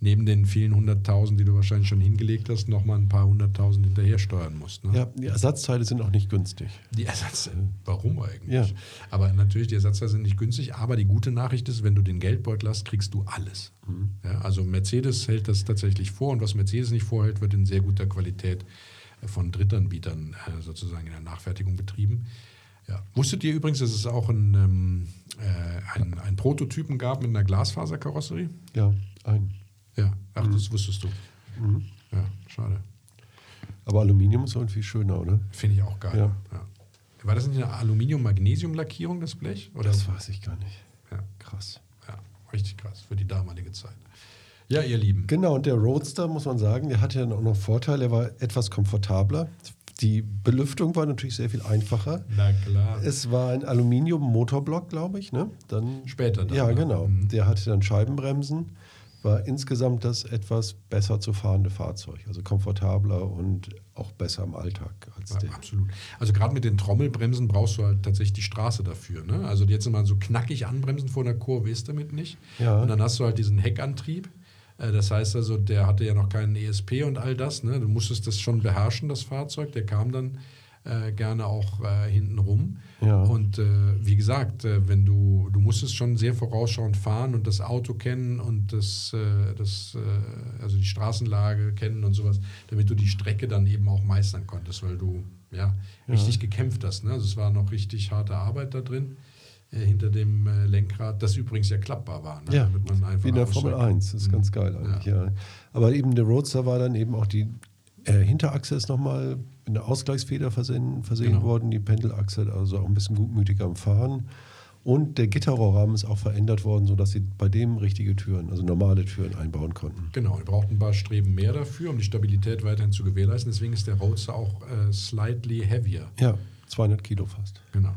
[SPEAKER 2] neben den vielen hunderttausend, die du wahrscheinlich schon hingelegt hast, nochmal ein paar hunderttausend hinterher steuern musst. Ne?
[SPEAKER 3] Ja, die Ersatzteile sind auch nicht günstig.
[SPEAKER 2] Die Ersatzteile. Warum eigentlich?
[SPEAKER 3] Ja.
[SPEAKER 2] Aber natürlich, die Ersatzteile sind nicht günstig, aber die gute Nachricht ist, wenn du den Geldbeutel hast, kriegst du alles. Ja, also Mercedes hält das tatsächlich vor und was Mercedes nicht vorhält, wird in sehr guter Qualität äh, von Drittanbietern äh, sozusagen in der Nachfertigung betrieben. Ja. Wusstet ihr übrigens, dass es auch einen, ähm, äh, einen, einen Prototypen gab mit einer Glasfaserkarosserie?
[SPEAKER 3] Ja, ein.
[SPEAKER 2] Ja, ach, das wusstest du. Ja, schade.
[SPEAKER 3] Aber Aluminium ist irgendwie schöner, oder?
[SPEAKER 2] Finde ich auch geil. Ja.
[SPEAKER 3] Ja.
[SPEAKER 2] War das nicht eine Aluminium-Magnesium-Lackierung, das Blech? Oder?
[SPEAKER 3] Das weiß ich gar nicht.
[SPEAKER 2] Ja.
[SPEAKER 3] Krass.
[SPEAKER 2] ja, richtig krass für die damalige Zeit. Ja, ihr Lieben.
[SPEAKER 3] Genau, und der Roadster, muss man sagen, der hatte dann auch noch einen Vorteil, er war etwas komfortabler. Die Belüftung war natürlich sehr viel einfacher.
[SPEAKER 2] Na klar.
[SPEAKER 3] Es war ein Aluminium-Motorblock, glaube ich. Ne? Dann,
[SPEAKER 2] Später dann,
[SPEAKER 3] Ja,
[SPEAKER 2] ne?
[SPEAKER 3] genau. Der hatte dann Scheibenbremsen, war insgesamt das etwas besser zu fahrende Fahrzeug. Also komfortabler und auch besser im Alltag als
[SPEAKER 2] Ja,
[SPEAKER 3] der.
[SPEAKER 2] absolut. Also gerade mit den Trommelbremsen brauchst du halt tatsächlich die Straße dafür. Ne? Also jetzt mal so knackig anbremsen vor einer Kurve ist damit nicht.
[SPEAKER 3] Ja.
[SPEAKER 2] Und dann hast du halt diesen Heckantrieb. Äh, Das heißt also, der hatte ja noch keinen ESP und all das. Ne? Du musstest das schon beherrschen, das Fahrzeug. Der kam dann äh, gerne auch äh, hinten rum.
[SPEAKER 3] Ja.
[SPEAKER 2] Und äh, wie gesagt, äh, wenn du, du musstest schon sehr vorausschauend fahren und das Auto kennen und das, äh, das äh, also die Straßenlage kennen und sowas, damit du die Strecke dann eben auch meistern konntest, weil du ja, richtig gekämpft hast. Ne? Also es war noch richtig harte Arbeit da drin. äh, hinter dem äh, Lenkrad, das übrigens ja klappbar war. Ne?
[SPEAKER 3] Ja,
[SPEAKER 2] damit man einfach Mhm.
[SPEAKER 3] Wie in der
[SPEAKER 2] aussteigt.
[SPEAKER 3] Formel 1, das ist ganz geil eigentlich, ja. Aber eben der Roadster war dann eben auch die äh, Hinterachse ist nochmal mit einer Ausgleichsfeder versehen, versehen
[SPEAKER 2] Genau.
[SPEAKER 3] worden, die Pendelachse, also auch ein bisschen gutmütiger am Fahren. Und der Gitterrohrrahmen ist auch verändert worden, sodass sie bei dem richtige Türen, also normale Türen einbauen konnten.
[SPEAKER 2] Genau, ihr braucht ein paar Streben mehr dafür, um die Stabilität weiterhin zu gewährleisten. Deswegen ist der Roadster auch äh, slightly heavier.
[SPEAKER 3] Ja, 200 Kilo fast.
[SPEAKER 2] Genau.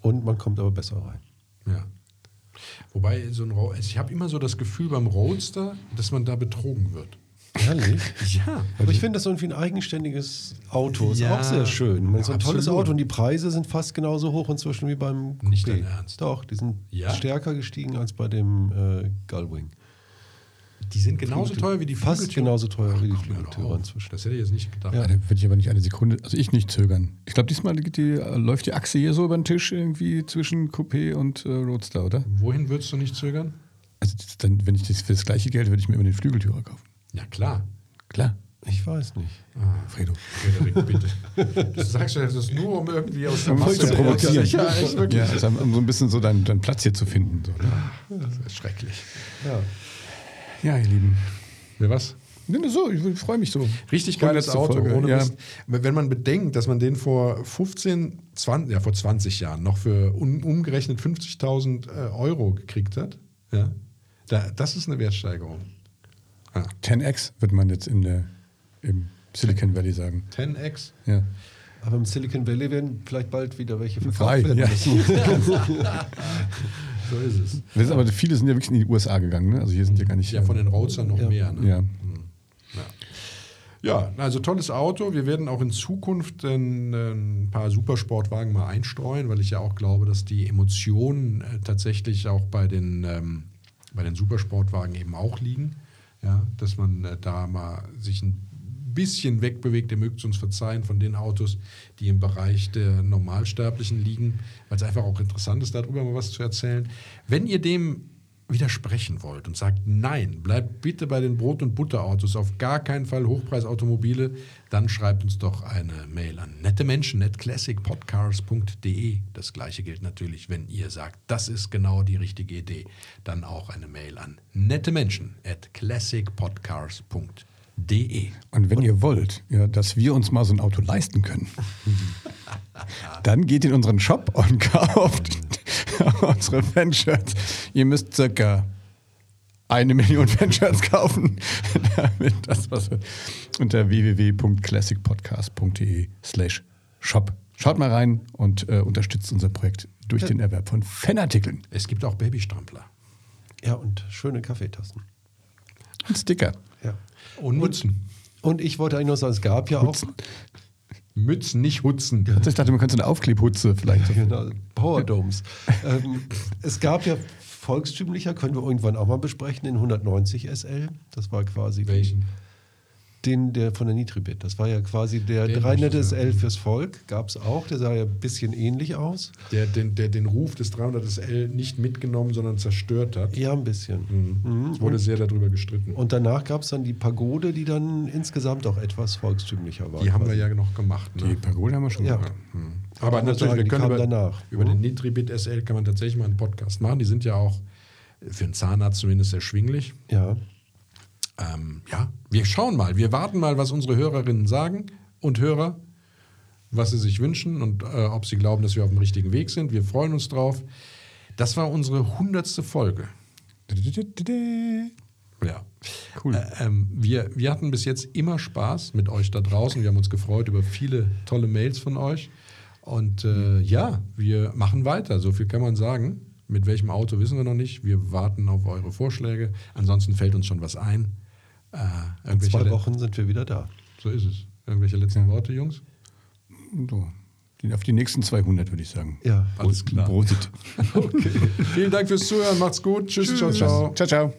[SPEAKER 3] Und man kommt aber besser rein.
[SPEAKER 2] Ja. Wobei so ein Ro also ich habe immer so das Gefühl beim Roadster, dass man da betrogen wird.
[SPEAKER 3] Ehrlich?
[SPEAKER 2] Ja.
[SPEAKER 3] Aber ich finde das irgendwie ein eigenständiges Auto. Ist
[SPEAKER 2] Also- Ja,
[SPEAKER 3] auch sehr schön. Ich meine, so ein tolles
[SPEAKER 2] absolut.
[SPEAKER 3] Auto und die Preise sind fast genauso hoch inzwischen wie beim Coupé.
[SPEAKER 2] Nicht dein Ernst.
[SPEAKER 3] Doch, die sind
[SPEAKER 2] Ja?
[SPEAKER 3] stärker gestiegen als bei dem äh, Gullwing.
[SPEAKER 2] Die sind genauso teuer wie die
[SPEAKER 3] Fast
[SPEAKER 2] Flügeltüren.
[SPEAKER 3] genauso teuer wie die
[SPEAKER 2] komm, hör doch
[SPEAKER 3] Flügeltüren
[SPEAKER 2] auf.
[SPEAKER 3] inzwischen.
[SPEAKER 2] Das hätte ich jetzt nicht gedacht.
[SPEAKER 3] Ja.
[SPEAKER 4] Ja, da würde ich aber nicht eine Sekunde, also ich nicht zögern. Ich glaube, diesmal geht die, äh, läuft die Achse hier so über den Tisch irgendwie zwischen Coupé und äh, Roadster, oder?
[SPEAKER 2] Wohin würdest du nicht zögern?
[SPEAKER 4] Also das, dann, wenn ich das für das gleiche Geld würde ich mir immer den Flügeltürer kaufen.
[SPEAKER 2] Ja, klar. Ah.
[SPEAKER 4] Klar,
[SPEAKER 3] Ich weiß nicht.
[SPEAKER 4] Fredo.
[SPEAKER 2] Frederik, bitte. Du sagst ja, das ist nur, um irgendwie aus der
[SPEAKER 4] Um
[SPEAKER 2] Masse
[SPEAKER 4] zu provozieren.
[SPEAKER 2] Ja, echt wirklich.
[SPEAKER 4] Ja, also, um so ein bisschen so deinen, deinen Platz hier zu finden. So, ne?
[SPEAKER 2] Das ist schrecklich.
[SPEAKER 3] Ja.
[SPEAKER 4] Ja, ihr Lieben.
[SPEAKER 2] Wer was?
[SPEAKER 4] Nee, nee, so, ich freue mich so.
[SPEAKER 2] Richtig geiles
[SPEAKER 4] Hundertste
[SPEAKER 2] Auto,
[SPEAKER 4] Folge,
[SPEAKER 2] ohne
[SPEAKER 4] ja.
[SPEAKER 2] Mist. Aber Wenn man bedenkt, dass man den vor 15, 20, ja vor 20 Jahren noch für un, umgerechnet 50.000 äh, Euro gekriegt hat, ja, da, das ist eine Wertsteigerung. Ja.
[SPEAKER 4] 10x wird man jetzt in der, im Silicon Valley sagen.
[SPEAKER 2] 10x.
[SPEAKER 4] Ja.
[SPEAKER 3] Aber im Silicon Valley werden vielleicht bald wieder welche
[SPEAKER 4] Frei.
[SPEAKER 3] verkauft werden.
[SPEAKER 4] Ja.
[SPEAKER 2] So ist es.
[SPEAKER 4] Das ist aber viele sind ja wirklich in die USA gegangen. Ne? Also hier sind ja gar nicht.
[SPEAKER 2] Ja, von den Roadstern noch
[SPEAKER 3] Ja.
[SPEAKER 2] mehr. Ne?
[SPEAKER 4] ja.
[SPEAKER 2] Ja, also tolles Auto. Wir werden auch in Zukunft ein, ein paar Supersportwagen mal einstreuen, weil ich ja auch glaube, dass die Emotionen äh, tatsächlich auch bei den, ähm, bei den Supersportwagen eben auch liegen. Ja, dass man äh, da mal sich ein bisschen wegbewegt, ihr mögt es uns verzeihen, von den Autos, die im Bereich der Normalsterblichen liegen, weil es einfach auch interessant ist, darüber mal was zu erzählen. Wenn ihr dem widersprechen wollt und sagt, nein, bleibt bitte bei den Brot- und Butterautos, auf gar keinen Fall Hochpreisautomobile, dann schreibt uns doch eine Mail an nettemenschen.classicpodcars.de. Das gleiche gilt natürlich, wenn ihr sagt, das ist genau die richtige Idee, dann auch eine Mail an nettemenschen.classicpodcars.de.
[SPEAKER 4] Und wenn ihr wollt, ja, dass wir uns mal so ein Auto leisten können, dann geht in unseren Shop und kauft unsere Fanshirts. Ihr müsst circa eine Million Fanshirts kaufen, damit das was wird. Unter www.classicpodcast.de slash shop. Schaut mal rein und äh, unterstützt unser Projekt durch den Erwerb von Fanartikeln
[SPEAKER 2] Es gibt auch Babystrampler.
[SPEAKER 3] Ja, und schöne Kaffeetassen.
[SPEAKER 4] und Sticker.
[SPEAKER 3] Ja.
[SPEAKER 2] Und Mützen.
[SPEAKER 3] Und ich wollte eigentlich noch sagen, es gab ja auch
[SPEAKER 2] Mützen, nicht Hutzen.
[SPEAKER 4] Ich dachte, man könnte so eine Aufklebhutze vielleicht. so-
[SPEAKER 3] Genau, Power Domes. ähm, es gab ja volkstümlicher, können wir irgendwann auch mal besprechen, den 190 SL. Das war quasi die-
[SPEAKER 2] Welchen?
[SPEAKER 3] den, der von der Nitribit. Das war ja quasi der
[SPEAKER 2] Den
[SPEAKER 3] 300
[SPEAKER 2] möchte ich, ja.
[SPEAKER 3] SL fürs Volk, gab es auch. Der sah ja ein bisschen ähnlich aus.
[SPEAKER 2] Der, den, der den Ruf des 300 SL nicht mitgenommen, sondern zerstört hat.
[SPEAKER 3] Ja, ein bisschen.
[SPEAKER 2] Mhm. Wurde sehr darüber gestritten.
[SPEAKER 3] Und danach gab es dann die Pagode, die dann insgesamt auch etwas volkstümlicher war.
[SPEAKER 2] die haben wir
[SPEAKER 3] quasi.
[SPEAKER 2] ja noch gemacht. Ne?
[SPEAKER 4] Die Pagode haben wir schon
[SPEAKER 3] Ja.
[SPEAKER 4] gemacht. Hm.
[SPEAKER 2] Mhm. Aber
[SPEAKER 3] Ich muss
[SPEAKER 2] natürlich,
[SPEAKER 3] sagen,
[SPEAKER 2] wir
[SPEAKER 3] die
[SPEAKER 2] können
[SPEAKER 3] kamen
[SPEAKER 2] über,
[SPEAKER 3] danach.
[SPEAKER 2] über
[SPEAKER 3] Mhm.
[SPEAKER 2] den Nitribit SL kann man tatsächlich mal einen Podcast machen. Die sind ja auch für einen Zahnarzt zumindest erschwinglich.
[SPEAKER 3] Ja,
[SPEAKER 2] Ähm, ja, wir schauen mal. Wir warten mal, was unsere Hörerinnen sagen und Hörer, was sie sich wünschen und äh, ob sie glauben, dass wir auf dem richtigen Weg sind. Wir freuen uns drauf. Das war unsere hundertste Folge. Ja.
[SPEAKER 4] Cool.
[SPEAKER 2] Äh, ähm, wir, wir hatten bis jetzt immer Spaß mit euch da draußen. Wir haben uns gefreut über viele tolle Mails von euch. Und äh, ja, wir machen weiter. So viel kann man sagen. Mit welchem Auto wissen wir noch nicht. Wir warten auf eure Vorschläge. Ansonsten fällt uns schon was ein. Äh, irgendwelche
[SPEAKER 3] zwei
[SPEAKER 2] le-
[SPEAKER 3] Wochen sind wir wieder da.
[SPEAKER 2] So ist es. Irgendwelche letzten Worte, Jungs?
[SPEAKER 4] So. Die- Auf die nächsten 200 würde ich sagen.
[SPEAKER 3] Ja.
[SPEAKER 2] Alles klar.
[SPEAKER 4] Prosit.
[SPEAKER 2] Vielen Dank fürs Zuhören. Macht's gut. Tschüss. Ciao, ciao.
[SPEAKER 4] Ciao, ciao.